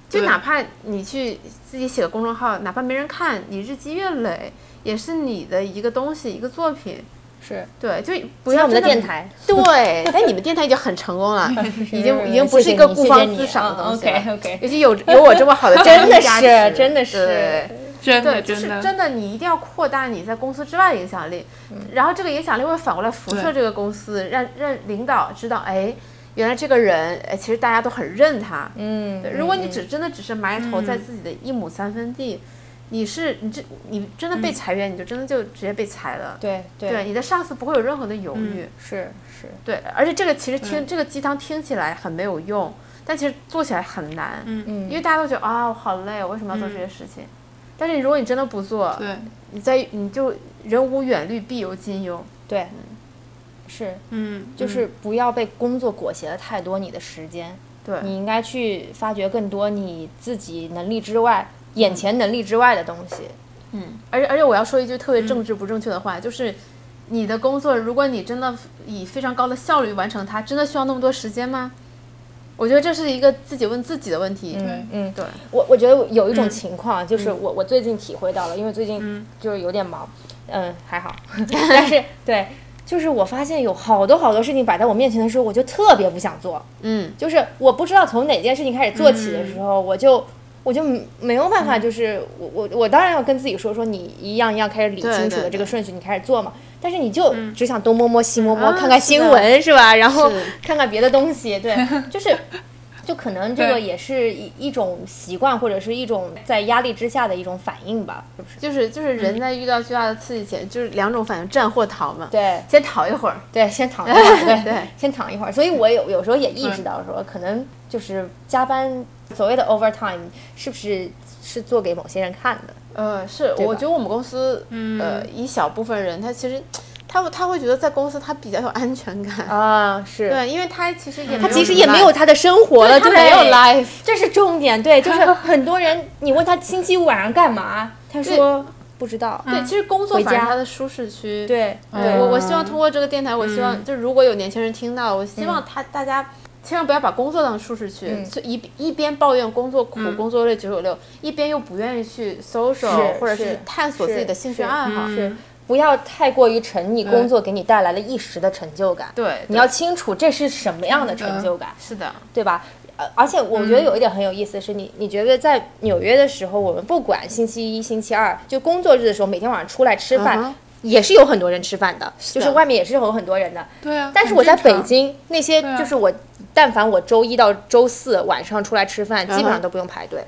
C: 就
B: 对
C: 哪怕你去自己写个公众号，哪怕没人看，你日积月累也是你的一个东西，一个作品。
A: 是，
C: 对，就不
A: 不像
C: 要
A: 我们的
C: 真
A: 电。台，
C: 对，哎但你们电台已经很成功 了，已经已经不
A: 谢
C: 是一
A: 谢
C: 个
A: 你
C: 孤
A: 谢
C: 芳
A: 谢你
C: 自赏的
A: 嗯
C: 东西了。
A: OK OK，
C: 尤其有 有我这么好的嘉
A: 真
C: 宾
A: 的
C: 加
A: 是
C: 持
A: 真的是
C: 对
B: 真的
C: 对，就
B: 真
C: 是
B: 的，
C: 真的，你一定要扩大你在公司之外的影响力，然后这个影响力会反过来辐射
B: 对
C: 这个公司，让让领导知道，哎，原来这个人，哎，其实大家都很认他。
A: 嗯
C: 对，如果你只真的只是埋头在自己的一亩三分地，你是你这你真的被裁员，你就真的就直接被裁了。
A: 对
C: 对，你的上司不会有任何的犹豫。
A: 是是，
C: 对，而且这个其实听、这个鸡汤听起来很没有用，但其实做起来很难。嗯
A: 嗯
C: 因为大家都觉得啊，我好累，我为什么要做这些事情？但是如果你真的不做，
B: 对，
C: 你在你就人无远虑，必有近忧。
A: 对，是
B: 嗯，
A: 就是不要被工作裹挟了太多你的时间，
C: 对
A: 你应该去发掘更多你自己能力之外、眼前能力之外的东西。
C: 而且而且我要说一句特别政治不正确的话，就是你的工作，如果你真的以非常高的效率完成它，真的需要那么多时间吗？我觉得这是一个自己问自己的问题。
B: 对
A: 嗯，
C: 对，
A: 我我觉得有一
C: 嗯
A: 种情况，就是我我最近体会到了，因为最近就是有点忙，嗯，还好， 但是对，就是我发现有好多好多事情摆在我面前的时候，我就特别不想做，
C: 嗯，
A: 就是我不知道从哪件事情开始做起的时候，我就我就没有办
C: 嗯
A: 法，就是我我我当然要跟自己说说你一样一样开始理
C: 对
A: 清楚
C: 对
A: 的这
C: 对嗯
A: 个顺序，你开始做嘛。但是你就只想东摸摸西摸摸，
C: 啊
A: 看看
C: 是
A: 新
C: 的
A: 闻是吧？然后
C: 是
A: 看看别的东西， 对，就是。就可能这个
B: 对
A: 也是一一种习惯，或者是一种在压力之下的一种反应吧，是不是？
C: 就是就是人在遇到巨大的刺激前，就是两种反应，战或逃嘛。，
A: 对
C: 先逃一会儿。
A: 对，先 躺一会儿，对
C: 对
A: 先躺一会儿。所以我有有时候也意识到说，可能就是加班所谓的 overtime 是不是是做给某些人看的？
C: 呃，是，
A: 对
C: 我
A: 吧嗯
C: 觉得我们公司，呃，一小部分人他其实，他会他会觉得在公司他比较有安全感，
A: 啊，是
C: 对，因为他其实也
A: 他其实也没有
C: life，
A: 他的生活了，
C: 他
A: 对
C: 没有 life，
A: 这是重点。 对，就是很多人，你问他星期五晚上干嘛，他说不知道。
C: 对，其实工作
A: 回
C: 反而
A: 家
C: 是他的舒适区，
A: 嗯对嗯
C: 对，我我希望通过这个电台，我希望就如果有年轻人听到，我
A: 嗯
C: 希望他大家。千万不要把工作当舒适区，就一一边抱怨工作苦、工作累九九六，一边又不愿意去 social
A: 嗯是
C: 或者
A: 是
C: 是探索
A: 是
C: 自己的兴趣
A: 是
C: 爱好。
A: 是嗯不要太过于沉溺工作给你带来了一时的成就感。
C: 对对嗯
A: 你要清楚这是什么样的成就感，
C: 是的，
A: 对吧？呃，而且我
C: 嗯
A: 觉得有一点很有意思的是你，你觉得在纽约的时候，我们不管星期一、星期二，就工作日的时候，每天晚上出来吃饭
C: 嗯哼
A: 也是有很多人吃饭的，
C: 的
A: 就是外面也是有很多人的。
B: 对啊。
A: 但是
B: 很
A: 我在
B: 正常
A: 北，京，那些
B: 对啊
A: 就是我，但凡我周一到周四晚上出来吃饭，基本
C: 嗯
A: 上
C: 哼
A: 都不用排队，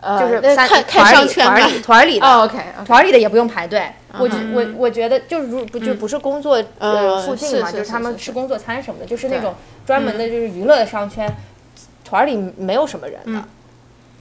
C: 呃
A: 就是
C: 那
A: 三
C: 看看
A: 团
C: 商
A: 里
C: 圈
A: 团
C: 吧
A: 里团 里的
C: 哦，OK，OK
A: 啊团里的也不用排队。
C: 嗯
A: 我觉我我觉得就如不就不是工作呃
C: 嗯
A: 附近嘛，
C: 是是
A: 就是他
C: 是
A: 们
C: 是
A: 吃工作餐什么的，就是那
C: 对，
A: 种专门的就是娱乐的商圈，团里没有什么人的。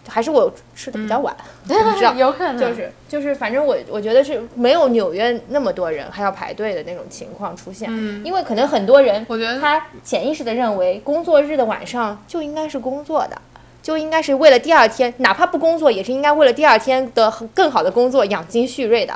A: 还是我吃的比较晚，你知道
C: 嗯有可能
A: 啊就是就是，反正我我觉得是没有纽约那么多人还要排队的那种情况出现，
C: 嗯
A: 因为可能很多人，
B: 我觉得
A: 他潜意识的认为工作日的晚上就应该是工作的。就应该是为了第二天，哪怕不工作，也是应该为了第二天的更好的工作养精蓄锐的，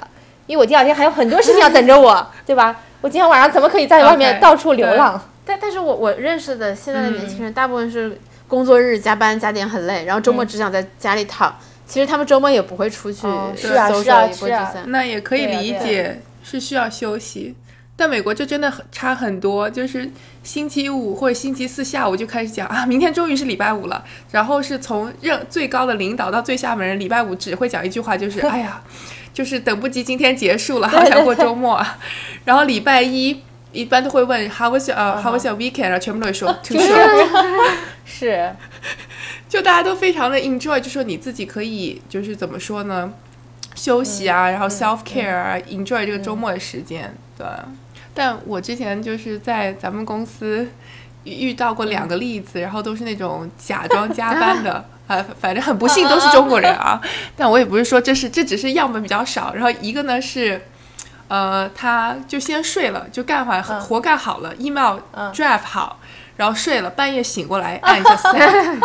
A: 因为我第二天还有很多事情要等着 我，对吧？我今天晚上怎么可以在外面
B: OK，
A: 到处流浪？
C: 但但是我我认识的现在的年轻
A: 嗯
C: 人，大部分是工作日加班加点很累，然后周末只想在家里躺。其实他们周末也不会出去
B: 哦
C: social，
B: 是啊
A: 是啊
C: 也不会
A: 是啊
C: 聚餐
B: 那也可以
A: 对呀
B: 理
A: 对呀
B: 解，是需要休息。但美国就真的很差很多，就是星期五或者星期四下午就开始讲啊，明天终于是礼拜五了。然后是从任最高的领导到最下面人，礼拜五只会讲一句话， 就是哎呀，就是等不及今天结束了，好想过周末啊。然后礼拜一一般都会问 How was your
A: 嗯
B: 呃、How was your weekend？然后全部都 会说 Too short。
A: 是，
B: 就大家都非常的 enjoy，就说你自己可以就是怎么说呢，休息啊，然后 self care 啊、e n j o y 这个周末的时间，对。但我之前就是在咱们公司遇遇到过两个例子，然后都是那种假装加班的。啊，反正很不幸都是中国人啊，但我也不是说这是，这只是样本比较少。然后一个呢是，呃，他就先睡了，就干完、活干好了，email draft 好，然后睡了，半夜醒过来 按一下 send，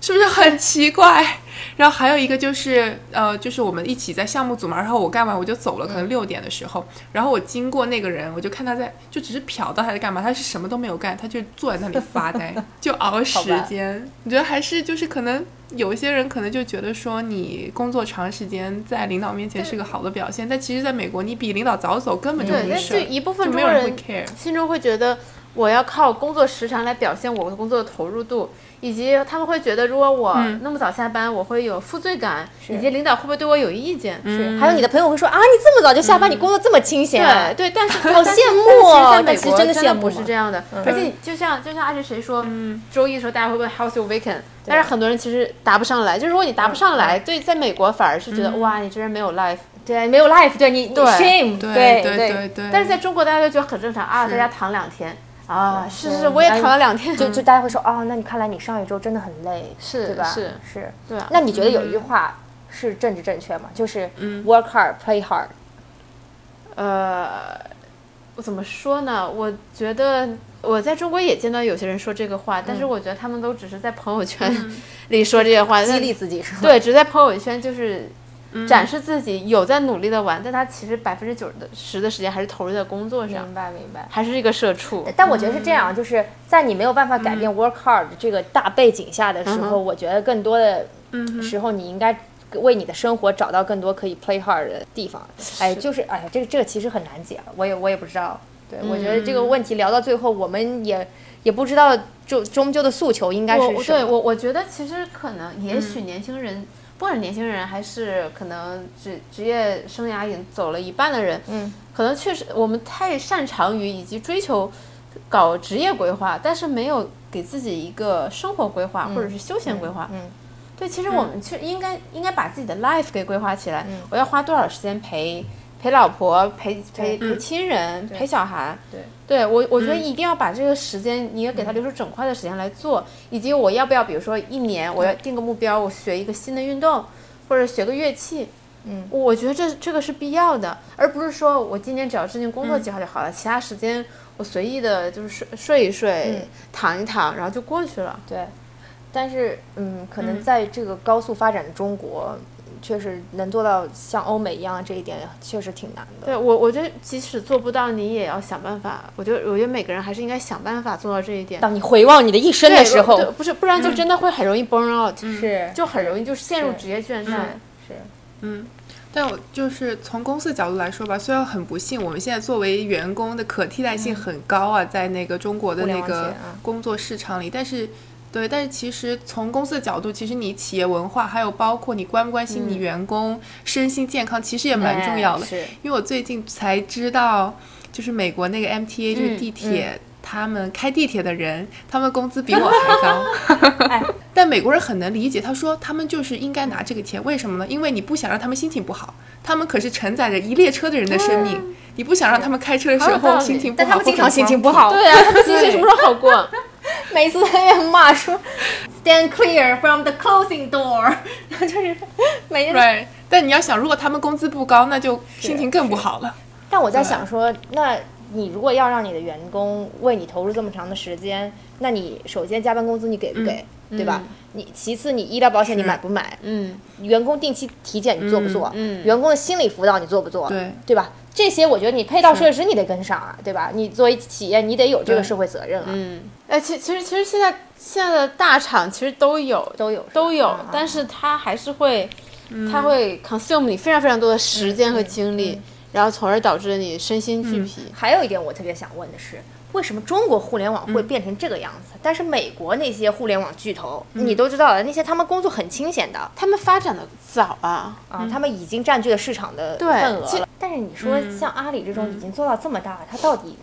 B: 是不是很奇怪？ 然后还有一个就是，呃，就是我们一起在项目组嘛，然后我干完我就走了，
C: 嗯
B: 可能六点的时候，然后我经过那个人，我就看他在，就只是瞟到他在干嘛，他是什么都没有干，他就坐在那里发 呆，就熬时间。你觉得还是就是可能有一些人可能就觉得说你工作长时间在领导面前是个好的表现，但其实在美国你比领导早走根本
A: 嗯
B: 就
C: 对，
B: 不
C: 但
B: 是事儿，
C: 就一部分
B: 就
C: 中
B: 没
C: 国
B: 有人会
C: 人
B: care。
C: 心中会觉得我要靠工作时长来表现我的工作的投入度，以及他们会觉得如果我
A: 嗯
C: 那么早下班，我会有负罪感，以及领导会不会对我有意见？
A: 是，还有你的朋友会说啊，你这么早就下班，
B: 嗯
A: 你工作这么清闲啊，
C: 对对，但是
A: 好羡慕哦
C: 但
A: 但
C: 是
A: 其实
C: 在美国
A: 真的羡慕
C: 不
A: 嘛
C: 是这样的，而且就像就像阿是谁说，
A: 嗯
C: 嗯周一的时候大家会问 How's your weekend，但是很多人其实答不上来，就如果你答不上来，对，在美国反而是觉得哇，你这人没有 life。
A: 嗯对，没有 life，对你你
C: 对
A: shame，
B: 对
A: 对
B: 对对，
C: 但是在中国，大家就觉得很正常啊，在家躺两天啊，是是，我也
A: 哎
C: 躺了两天，
A: 就就大家会说哦，那你看来你上一周真的很累，
C: 嗯是
A: 对吧？
C: 是
A: 是，
C: 对啊嗯
A: 那你觉得有一句话是政治正确吗？就是 work hard, play hard。
C: 呃，我怎么说呢？我觉得我在中国也见到有些人说这个话，
A: 嗯
C: 但是我觉得他们都只是在朋友圈里说这些话，
A: 激
C: 但
A: 励自己是吗？
C: 对，只是在朋友圈就是展示自己有在努力的玩，但他其实百分之九十的十的时间还是投入在工作上，
A: 明白明白。
C: 还是一个社畜。
A: 但我觉得是这样，就是在你没有办法改
C: 嗯
A: 变 work hard 这个大背景下的时候，我觉得更多的
C: 嗯
A: 时候你应该为你的生活找到更多可以 play hard 的地方。哎，就是哎呀，这个这个其实很难解，啊我也我也不知道。对，
C: 嗯
A: 我觉得这个问题聊到最后，我们也也不知道终终究的诉求应该
C: 我
A: 是
C: 我
A: 什么。嗯
C: 对我我觉得其实可能也许年轻人，不管是年轻人还是可能职职业生涯已经走了一半的人，
A: 嗯，
C: 可能确实我们太擅长于以及追求搞职业规划，但是没有给自己一个生活规划或者是休闲规划。
A: 嗯嗯嗯嗯
C: 对，其实我们去应该应该把自己的 life 给规划起来。我要花多少时间陪陪老婆、陪陪陪亲人、陪小孩？
A: 嗯对，
C: 对我我
A: 嗯
C: 觉得一定要把这个时间，你要给他留出整块的时间来做，以及我要不要，比如说一年，我要定个目标，我学一个新的运动，或者学个乐器。
A: 嗯，
C: 我觉得这这个是必要的，而不是说我今年只要制定工
A: 嗯
C: 作计划就好了，其他时间我随意的就是睡睡一
A: 嗯
C: 睡、躺一躺，然后就过去了。
A: 对，但是嗯，可能在这个高速发展的中国，确实能做到像欧美一样这一点，确实挺难的。
C: 对我，我觉得即使做不到，你也要想办法。我觉得，我觉得每个人还是应该想办法做到这一点。
A: 当你回望你的一生
C: 对
A: 的时候，嗯
C: 对不是，不然就真的会很容易 burn out，、
A: 是
C: 就很容易就陷入
A: 是嗯
C: 职业倦怠。
A: 是
B: 但我就是从公司的角度来说吧，虽然很不幸，我们现在作为员工的可替代性很高啊，在那个中国的那
A: 嗯互联网
B: 个
A: 企业啊
B: 工作市场里，但是。对，但是其实从公司的角度，其实你企业文化，还有包括你关不关心你员工、身心健康，其实也蛮重要的。
A: 嗯哎是
B: 因为我最近才知道，就是美国那个 MTA 就是
A: 嗯
B: 地铁，他们开地铁的人，他们工资比我还 高。但美国人很能理解，他说他们就是应该拿这个钱，为什么呢？因为你不想让他们心情不好，他们可是承载着一列车的人的生命，你不想让他们开车的时
C: 啊好有道
B: 候
C: 理
B: 心情不
A: 但
B: 好，
A: 他们经常
B: 或者
A: 心情
B: 不
A: 不
B: 好。
A: 好，
C: 对啊，他们心情什么时候好过？
A: 每次在那边骂说 Stand clear from the closing door，就是每天。
B: ，right？但你要想，如果他们工资不高，那就心情更不好了。
A: 但我在想说，那你如果要让你的员工为你投入这么长的时间，那你首先加班工资你给不给，对吧？你其次你医疗保险你买不买？
C: 嗯，
A: 员工定期体检你做不做？嗯，员工的心理辅导你做不做？
B: 对，
A: 对吧？这些我觉得你配套设施你得跟上啊，对吧？你作为企业你得有这个
B: 对
A: 社会责任啊。嗯，
C: 哎，其其实其实现在现在的大厂其实都有
A: 都有是吧
C: 都有
A: 嗯，
C: 但是它还是会，它会 consume 你非常非常多的时间和精
A: 嗯
C: 力，然后从而导致你身心俱疲。
A: 还有一点我特别想问的是，为什么中国互联网会变成这个样子？但是美国那些互联网巨头，你都知道的，那些他们工作很清闲的，
C: 他们发展的早啊，
A: 啊，他们已经占据了市场的
C: 对
A: 份
C: 其嗯
A: 额了。但是你说像阿里这种已经做到这么大了，他到底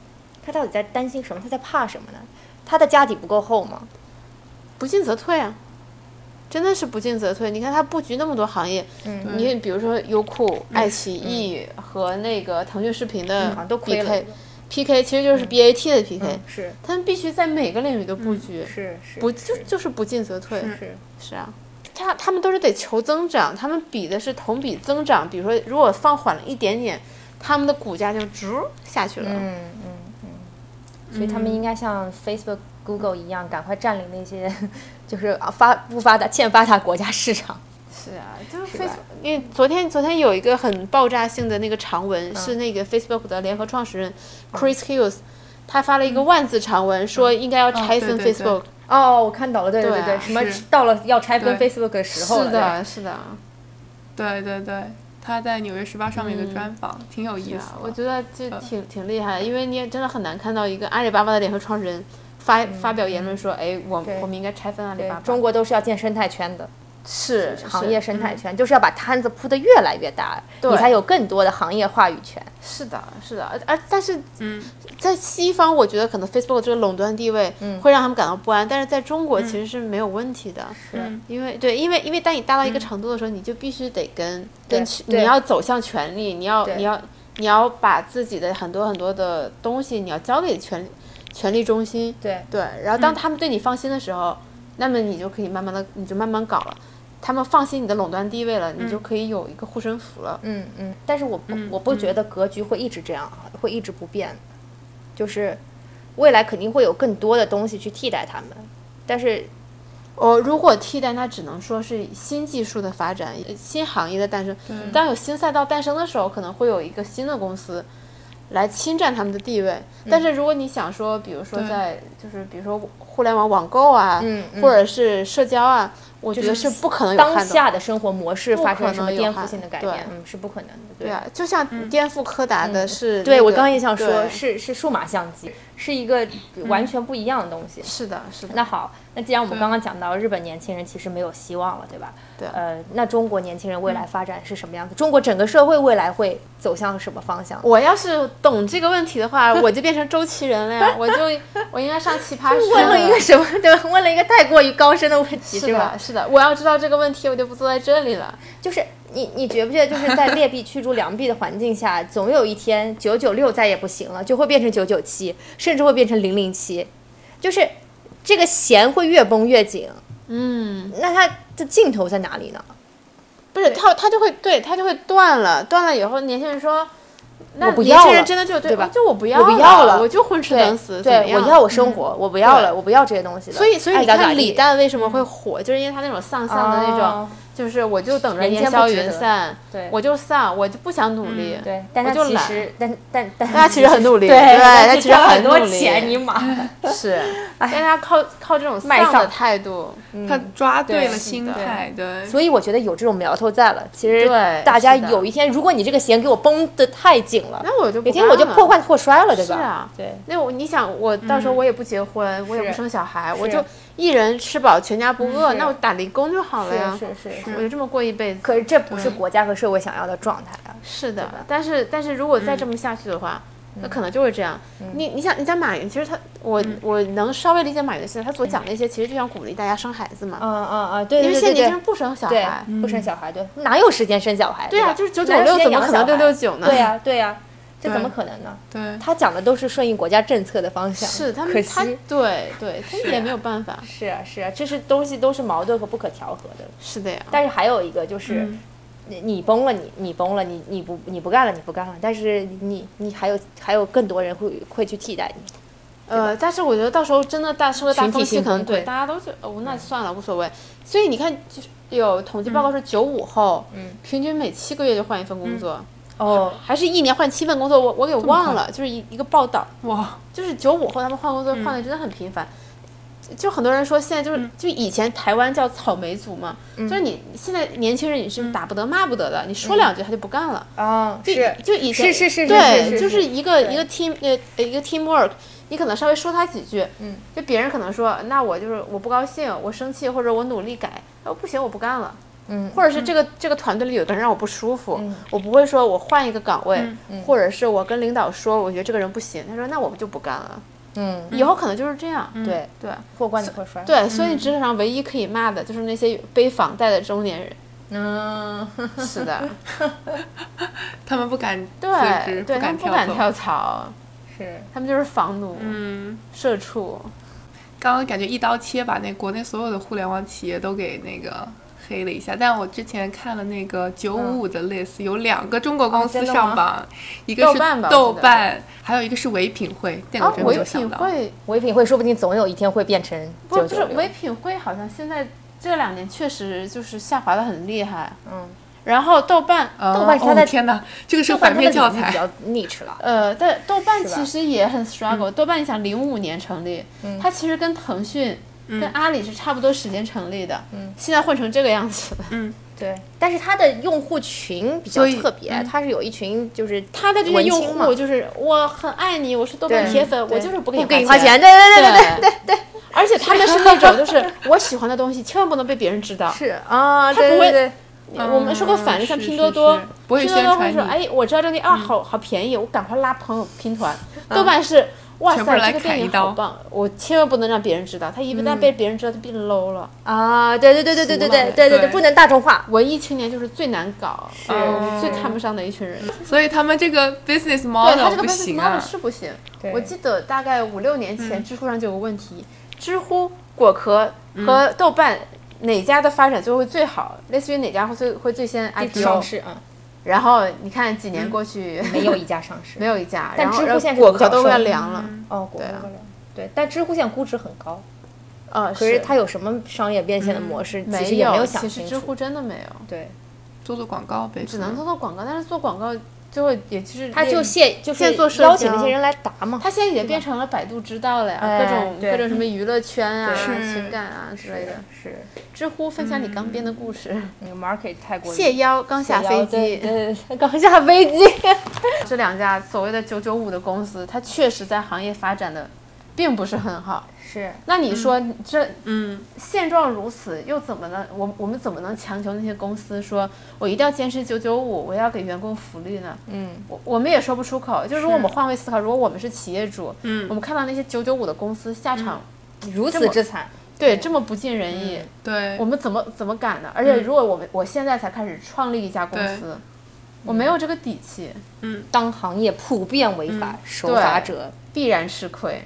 A: 他到底在担心什么？他在怕什么呢？他的家底不够厚吗？
C: 不进则退啊，真的是不进则退。你看它布局那么多行业，
A: 嗯
C: 你比如说优酷、爱奇艺和那个腾讯视频的
A: 好像嗯都亏
C: PK，、
A: 了嗯
C: PK 其实就是 BAT 的 PK，、
A: 是
C: 他们必须在每个领域都布
A: 嗯
C: 局，
A: 是是，
C: 不
A: 是
C: 就就是不进则退，
A: 是
C: 是啊。他他们都是得求增长，他们比的是同比增长。比如说，如果放缓了一点点，他们的股价就直下去了。
A: 嗯嗯嗯，所以他们应该像 Facebook、Google 一样，赶快占领那些 就是啊发不发达、欠发达国家市场。
C: 是啊，就是 Facebook
A: 吧。
C: 因为昨天昨天有一个很爆炸性的那个长文，
A: 嗯
C: 是那个 Facebook 的联合创始人 Chris Hughes，他发了
A: 嗯
C: 一个万字长文，说应该要拆分
B: 对对
C: Facebook。
A: 哦，我看到了，对
C: 对
A: 对
C: 啊
A: 对，什么
B: 是
A: 到了要拆分
B: 对
A: Facebook 的时候了，嗯
C: 是的，是的。
B: 对对对，他在《纽约时报》上面有个专访，挺有意
C: 对
B: 思
C: 嗯啊
B: 的。，
C: 我觉得这
A: 嗯
C: 挺挺厉害，因为你也真的很难看到一个阿里巴巴的联合创始人发发表言论说，哎，我
A: 嗯对
C: 我们应该拆分阿里
A: 对
C: 巴巴。
A: 中国都是要建生态圈的。
C: 是嗯
A: 行业生态圈，就是要把摊子铺得越来越大，
C: 对
A: 你才有更多的行业话语权。
C: 是的，是的，而而但是，嗯，在西方，我觉得可能 Facebook 这个垄断地位会让他们感到不安，但是在中国其实是没有问题的，
A: 嗯
C: 因为对，因为因为当你大到一个程度的时候，你就必须得跟
A: 对
C: 跟去，
A: 对
C: 你要走向权力，你要
A: 对
C: 你要你要把自己的很多很多的东西，你要交给权权力中心，
A: 对
C: 对，然后当他们对你放心的时候，那么你就可以慢慢的，你就慢慢搞了。他们放心你的垄断地位了，你就可以有一个护身符了。
A: 嗯嗯，但是我不、我
C: 嗯
A: 不觉得格局会一直这样，会一直不变，就是未来肯定会有更多的东西去替代他们，但是
C: 哦，如果替代，那只能说是新技术的发展、呃新行业的诞生。当有新赛道诞生的时候，可能会有一个新的公司来侵占他们的地位。
A: 嗯
C: 但是如果你想说，比如说
B: 对
C: 在就是比如说互联网网购啊，
A: 嗯嗯
C: 或者是社交啊，我觉得
A: 就是
C: 是不可能有
A: 当
C: 撼动
A: 下的生活模式
C: 不
A: 发
C: 可
A: 生什么
C: 能有
A: 颠覆
C: 撼
A: 性的改
C: 对
A: 变，嗯，是不可能的。
C: 对啊，就像颠覆柯达的是那个、
A: 嗯对我刚刚也想说，
C: 对嗯
A: 是是数码相机，是一个完全不一样的东西。
C: 是的，是的，
A: 那好，那既然我们刚刚讲到日本年轻人其实没有希望了，对吧？
C: 对
A: 呃，那中国年轻人未来发展是什么样子？中国整个社会未来会走向什么方向？
C: 我要是懂这个问题的话，我就变成周琦人了呀！我就我应该上奇 葩说。
A: 问了一个什么？对吧，问了一个太过于高深的问题，
C: 是
A: 吧
C: 的，？是的，我要知道这个问题，我就不坐在这里了。
A: 就是你，你觉不觉得，就是在劣币驱逐良币的环境下，总有一天九九六再也不行了，就会变成九九七，甚至会变成零零七，就是这个弦会越绷越紧。
C: 嗯，
A: 那它的尽头在哪里呢？
C: 不是他，他就会对他就会断了，断了以后，年轻人说，那
A: 我不
C: 年
A: 要
C: 轻人
A: 了
C: 真的就
A: 对吧
C: 我就我不要
A: 我不
C: 了，我
A: 要了
C: 就混吃
A: 对
C: 等死，怎么
A: 对，
C: 样嗯
A: 我要我生活，我不要
C: 对
A: 了，我不要这些东西了。
C: 所以，所以
A: 爱
C: 你
A: 咋咋
C: 看
A: 地嗯
C: 李诞为什么会火，就是因为他那种丧丧的那种，
A: 哦
C: 就是我就等着
A: 人
C: 烟
A: 间不
C: 消
A: 值
C: 云
A: 得
C: 散，
A: 对嗯
C: 我就丧，我就不想努力，
A: 对，但
C: 我
A: 他
C: 就
A: 其
C: 懒
A: 实，但但但
C: 但他其实很努力
A: 对，
C: 对他
A: 只
C: 其实
A: 赚了
C: 很
A: 很多
C: 努力
A: 钱，尼玛，
C: 是，但是他靠靠这种
A: 卖
C: 丧的
A: 丧嗯
C: 态度，
B: 他抓对
A: 对
B: 了
A: 是
B: 心
C: 的
B: 态，对，
A: 所以我觉得有这种苗头在了。其实
C: 对
A: 大家
C: 是的
A: 有一天，如果你这个弦给我绷得太紧了，
C: 那我就不
A: 有一天我就
C: 干了
A: 破罐破摔了，对吧？
C: 是啊
A: 对。
C: 那我你想，我到时候我也不结婚，我也不
A: 嗯是
C: 生小孩，我
A: 是嗯
C: 就一人吃饱全家不饿，
A: 是
C: 那我打零工就好了呀。
A: 是是是
C: 我就这么过一辈子。
A: 可是这
C: 嗯
A: 不是国家和社会想要的状态啊！
C: 是的，但是但是如果
A: 嗯
C: 再这么下去的话，那可能就会这样。你你想你想马云，其实他我、
A: 嗯
C: 我能稍微理解马云现在他所讲的一些，其实就想鼓励大家生孩子嘛，
A: 嗯嗯嗯，对
C: 因
A: 嗯
C: 为
A: 对
C: 现在
A: 对对
C: 年轻人不生小
A: 对嗯
C: 孩，，
A: 不生小孩，对，哪有时间生小孩？
C: 对啊
A: 吧
C: 就是
A: 哪有时间
C: 996怎么
A: 养
C: 可
A: 小
C: 能
A: 孩
C: 669呢
A: 对呀对呀，啊这怎么可能呢？
B: 对，
A: 他讲的都是顺应国家政策的方向，
C: 是他
A: 可
C: 们他
A: 惜
C: 对对，他
B: 是
C: 也
B: 啊
C: 没有办法。
A: 是啊是啊，这是东西都是矛盾和不可调和的。
C: 是的呀，
A: 但是还有一个就是，你你崩了，你你崩了，你你不你不干了，你不干了，但是你你还有还有更多人会会去替代你。
C: 呃，但是我觉得到时候真的大社会大
A: 群体
C: 风气，
A: 性
C: 可能
A: 崩
C: 对
A: 溃
C: 大家都觉得哦，那算了，无所谓。所以你看，就是有统计报告说，九五后，
A: 嗯
C: 平均每七个月就换一份工作，
A: 哦，
C: 还是一年换七份工作，我我给忘了，就是一一个报道，
B: 哇，
C: 就是九五后他们换工作
A: 嗯
C: 换的真的很频繁。就很多人说，现在就是、就以前台湾叫草莓族嘛，
A: 嗯
C: 就是你现在年轻人你是打不得骂不得的，你说两句他就不干了。
A: 啊，
C: 就是就以前
A: 是是是是
C: 对，
A: 是
C: 就是一个
A: 对
C: 一个 team 呃呃一个 teamwork，你可能稍微说他几句，
A: 嗯，
C: 就别人可能说，那我就是我不高兴，我生气或者我努力改，哦不行我不干了，
A: 嗯
C: 或者是这个这个团队里有的人让我不舒服，我不会说我换一个岗位，
A: 嗯
C: 或者是我跟领导说我觉得这个人不行，他说那我们就不干了，
A: 嗯，
C: 以后可能就是这样，
A: 对，
C: 对
A: 破罐子破摔。，
C: 对，所以职场上唯一可以骂的就是那些背房贷的中 年人，
A: 嗯，
C: 是的，
B: 他们不敢辞
C: 对
B: 职，
C: 对，他们不敢
B: 走
C: 跳槽。
A: 是
C: 他们就是房奴，
B: 嗯，
C: 社畜，
B: 刚刚感觉一刀切把那国内所有的互联网企业都给那个黑了一下。但我之前看了那个九五五的 list，、有两个中国公司
A: 真的吗
B: 上榜，一个
C: 豆
B: 是
C: 瓣吧
B: 豆
C: 我记得
B: 瓣，还有一个是哦唯品会。这个
C: 啊
B: 真没
C: 唯
B: 有想
C: 品
B: 到。
C: 会
A: 唯品会说不定总有一天会变成
C: 不
A: 九
C: 不是
A: 九六
C: 唯。品会，好像现在这两年确实就是下滑的很厉害。
A: 嗯，
C: 然后豆瓣，
B: 呃
A: 豆瓣是它在
B: 哦、天哪，这个是
A: 豆
B: 个
A: 瓣
B: 反
A: 它
B: 面
A: 的
B: 教
A: 领域
B: 材
A: 比。较 niche 了。
C: 呃，但豆瓣
A: 是吧嗯
C: 其实也很 struggle。豆瓣，你想零五年成立，它其实跟腾讯、
A: 嗯
C: 跟阿里是差不多时间成立的，现在混成这个样子。
A: 嗯对，嗯但是它的用户群比较
B: 所以
A: 特别，它是有一群就是
C: 它的这些
A: 文
C: 用
A: 青嘛
C: 户就是我很爱你，我是豆瓣
A: 对
C: 铁粉，我
A: 对
C: 就是不给
A: 不
C: 你
A: 给你花
C: 花
A: 钱，对对对对对，
C: 对对对，而且他们是那种就是我喜欢的东西千万不能被别人知道。
A: 是啊，
C: 它
A: 对
C: 不
A: 对
C: 会
A: 对
C: 我们说过反
B: 嗯
C: 例，像
B: 是
C: 拼
B: 是
C: 多多
B: 嗯是，不会
C: 拼多多
B: 宣传
C: 会说，
B: 你嗯
C: 哎，我知道这个啊，好好便宜，我赶快拉朋友拼团。豆瓣是，哇
B: 全部人
C: 塞，
B: 来
C: 这个电
B: 砍一
C: 影
B: 刀嗯
C: 好棒，我千万不能让别人知道，他一旦被别人知道就变 low 了。
A: 啊，对对对对对对
C: 俗嘛
A: 对对对对，
B: 对
A: 不能大众化。
C: 文艺青年就是最难搞，是
B: 哦
C: 最看不上的一群人。
B: 所以他们这个 business
C: 对他
B: model
C: 这个
B: 哦不
C: business
B: 行
C: model
B: 啊。嗯
C: 是不行。
A: 对
C: 我记得大概五六年前，知乎上就有个问题：知乎、果壳和豆瓣哪家的发展最后会最好？类似于哪家会最会最先
A: 地址上
C: IPO？
A: 市啊，
C: 然后你看几年过去，
B: 嗯
A: 没有一家上市
C: 没。有一家，
A: 但
C: 然后
A: 知乎
C: 然后
A: 现在是
C: 果
A: 独
C: 壳
A: 角
C: 都
A: 兽
C: 要凉了。
A: 哦，果
C: 对
A: 壳
C: 啊
A: 不了对，但知乎现在估值很高，
C: 呃，
A: 可是它有什么商业变现的模式，其
C: 嗯没
A: 实也没有想
C: 其实
A: 清
C: 知
A: 楚。
C: 乎真的没有，
A: 对，
B: 做做广告呗，
C: 只能做做广告，但是做广告最后也就是
A: 它就现就是
C: 现做社
A: 邀请那
C: 交
A: 些人来答嘛。
C: 它现在已经变成了百度知道了呀，
A: 哎
C: 各种
A: 对
C: 各种什么娱乐圈啊、
A: 对
B: 是
C: 情感啊之类的。
A: 是
C: 知乎分享你刚编的故事，
A: 那个 market 太过于
C: 谢邀刚下
A: 谢邀
C: 飞
A: 对
C: 机，
A: 对对刚下飞机。
C: 这两家所谓的九九五的公司，它确实在行业发展的并不是很好。
A: 是
C: 那你说这
B: 嗯，
C: 现状如此，又怎么能我我们怎么能强求那些公司说，我一定要坚持九九五，我要给员工福利呢？
A: 嗯，
C: 我我们也说不出口。就是如果我们换位思考，如果我们是企业主，
B: 嗯
C: 我们看到那些九九五的公司下场，
A: 如
C: 这
A: 此
C: 么
A: 之惨。
C: 嗯对嗯这么不尽人意，
B: 对
C: 我，们怎么怎么敢呢？而且如果我们我现在才开始创立一家公司，我没有这个底气，
A: 当行业普遍
C: 嗯
A: 违法，守法者
C: 必然吃亏。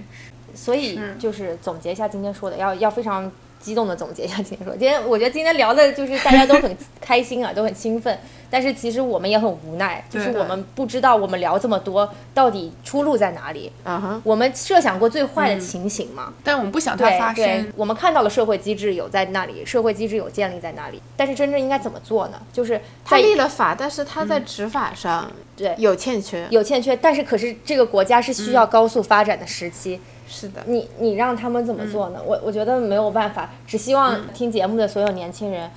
A: 所以
B: 是
A: 就是总结一下今天说的，要要非常激动的总结一下今天说的。今天我觉得今天聊的就是大家都很开心啊，都很兴奋， 但是其实我们也很无奈，就是
B: 对
A: 我们不知道我们聊这么多到底出路在哪里。
C: 啊哈，
A: 我们设想过最坏的情形嘛？
B: 但我们不想嗯它
A: 对
B: 发
A: 对
B: 生，。
A: 我们看到了社会机制有在那里，社会机制有建立在那里，但是真正应该怎么做呢？就是
C: 他
A: 在
C: 立了法，但是他在执法上
A: 对
C: 有欠缺。
A: 有欠缺，但是可是这个国家是
B: 嗯
A: 需要高速发展的时期，
C: 是的，
A: 你你让他们怎
C: 嗯
A: 么做呢？我我觉得没有办法，只希望听节目的所有年轻人，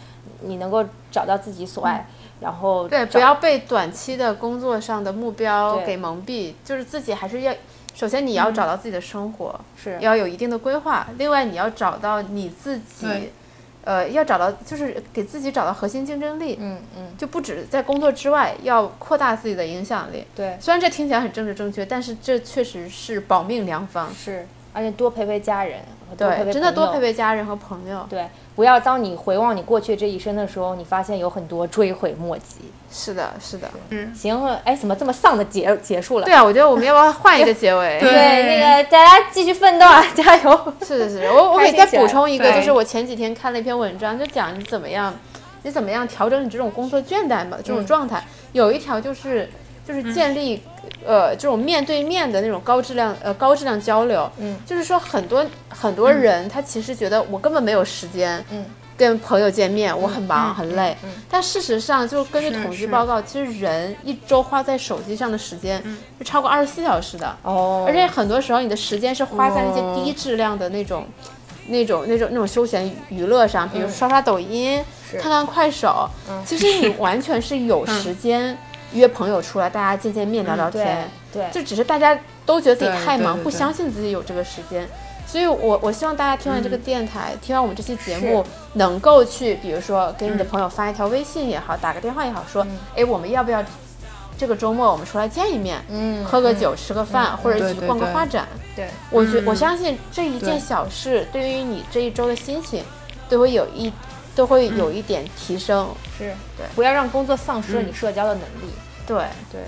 A: 你能够找到自己所爱，然后
C: 嗯对，
A: 找
C: 不要被短期的工作上的目标
A: 对嗯
C: 给蒙蔽，就是自己还是要，首先你要找到自己的生活，
A: 是
C: 要有一定的规划。另外，你要找到你自己
B: 对，
C: 呃，要找到就是给自己找到核心竞争力，
A: 嗯嗯，
C: 就不止在工作之外，要扩大自己的影响力。
A: 对，
C: 虽然这听起来很政治正确，但是这确实是保命良方。
A: 是而且多陪陪家人，多陪陪
C: 对，真的
A: 朋
C: 多
A: 友
C: 陪陪家人和朋友。
A: 对，不要当你回望你过去这一生的时候，你发现有很多追悔莫及。
C: 是的，是的。
A: 行了，哎，怎么这么丧的结结束了？
C: 对啊，我觉得我们要不要换一个结尾？
B: 对
A: 对，那个大家继续奋斗啊， 加油！
C: 是的，是的，我我可
A: 开
C: 以
A: 心
C: 再
A: 起来
C: 补充一个，
B: 对
C: 就是我前几天看了一篇文章，就讲你怎么样，你怎么样调整你这种工作倦怠嘛，这
B: 嗯
C: 种状态。有一条就是就是建立、呃这种面对面的那种高质量呃高质量交流。
A: 嗯，
C: 就是说很多很多人他其实觉得我根本没有时间。
A: 嗯。
C: 跟朋友见面，我很忙、
B: 嗯
C: 很累，但事实上，就根据
B: 是
C: 统计
B: 是
C: 报告，其实人一周花在手机上的时间
B: 嗯
C: 是超过二十四小时的。
A: 哦
C: 而且很多时候你的时间是花在那
B: 哦
C: 些低质量的那种、
A: 嗯
C: 那种、那种、那种休闲娱乐上，比如刷刷抖音、看看快手。
A: 嗯
C: 其实你完全是有时间约朋友出来，大家见见面、聊
A: 嗯
C: 聊
A: 对
C: 天。
A: 对，
C: 就只是大家都觉得自己
B: 对
C: 太
B: 对
C: 忙，
B: 对
C: 不
B: 对
C: 相信自己有这个时间。所以我，我希望大家听完这个电台，听完我们这期节目，能够去，比如说给你的朋友发一条微信也好，打个电话也好，说，
B: 嗯
C: 哎、我们要不要这个周末我们出来见一面？
A: 嗯，
C: 喝个酒、吃个饭，或者一
B: 对
C: 起
B: 对
C: 逛个
B: 嗯对
C: 画展。
A: 对，
C: 我觉我
B: 嗯
C: 相信这一件
B: 对
C: 小事，对于你这一周的心情，都会有一都会有一点提升。
B: 嗯
A: 是，
C: 对嗯
A: 不要让工作丧失了你社交的能力。
C: 对，
A: 对，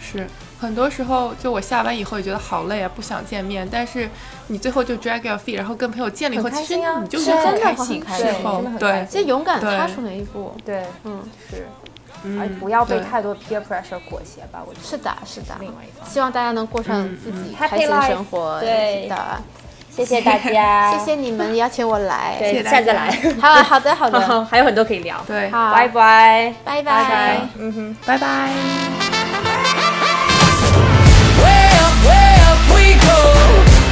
B: 是，很多时候就我下班以后也觉得好累啊，不想见面，但是你最后就 drag your feet，然后跟朋友见了以后，
A: 很开
B: 其实
A: 心啊
B: 你就是是很
C: 真的
B: 开
C: 会很
B: 心，
C: 开
B: 事
A: 心
B: 后
A: 真的很开
B: 对，
A: 心
C: 先勇敢
B: 对
C: 踏出那一步。
A: 对，
C: 嗯，
A: 是，而
B: 嗯，
A: 不要被
B: 对
A: 太多 peer pressure 裹挟吧，我觉得
C: 是的，是的。
A: 另外一方面。
C: 希望大家能过上自己开
A: Happy
C: 心的
A: life，
C: 生活。
A: 对
C: 的，
A: 谢谢大家，
C: 谢谢你们邀请我来。
B: 谢
A: 对，
B: 谢大
A: 下次再
B: 家
A: 来，
C: 好，好的，好的，
A: 还有很多可以聊。
B: 对，
C: 好，
A: 拜拜。
C: 拜
A: 拜
C: 拜。
B: 拜拜。
D: Way up, way up we go.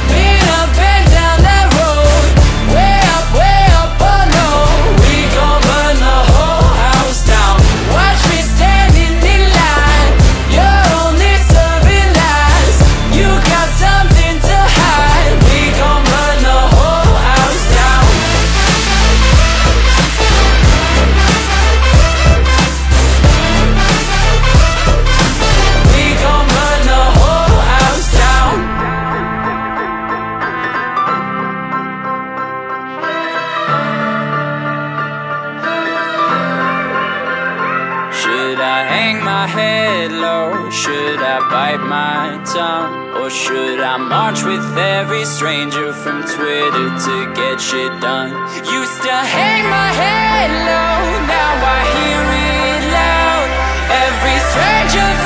D: Been up and down that road. Way up, way up, oh no. We gon' burn the whole house down. Watch me standing in line. You're only serving lies. You got something to hide. We gon' burn the whole house down. We gon' burn the whole house down. Should I hang my head low? Should I bite my tongue? Or should I march with every stranger from Twitter to get shit done? Used to hang my head low, now I hear it loud. Every stranger oh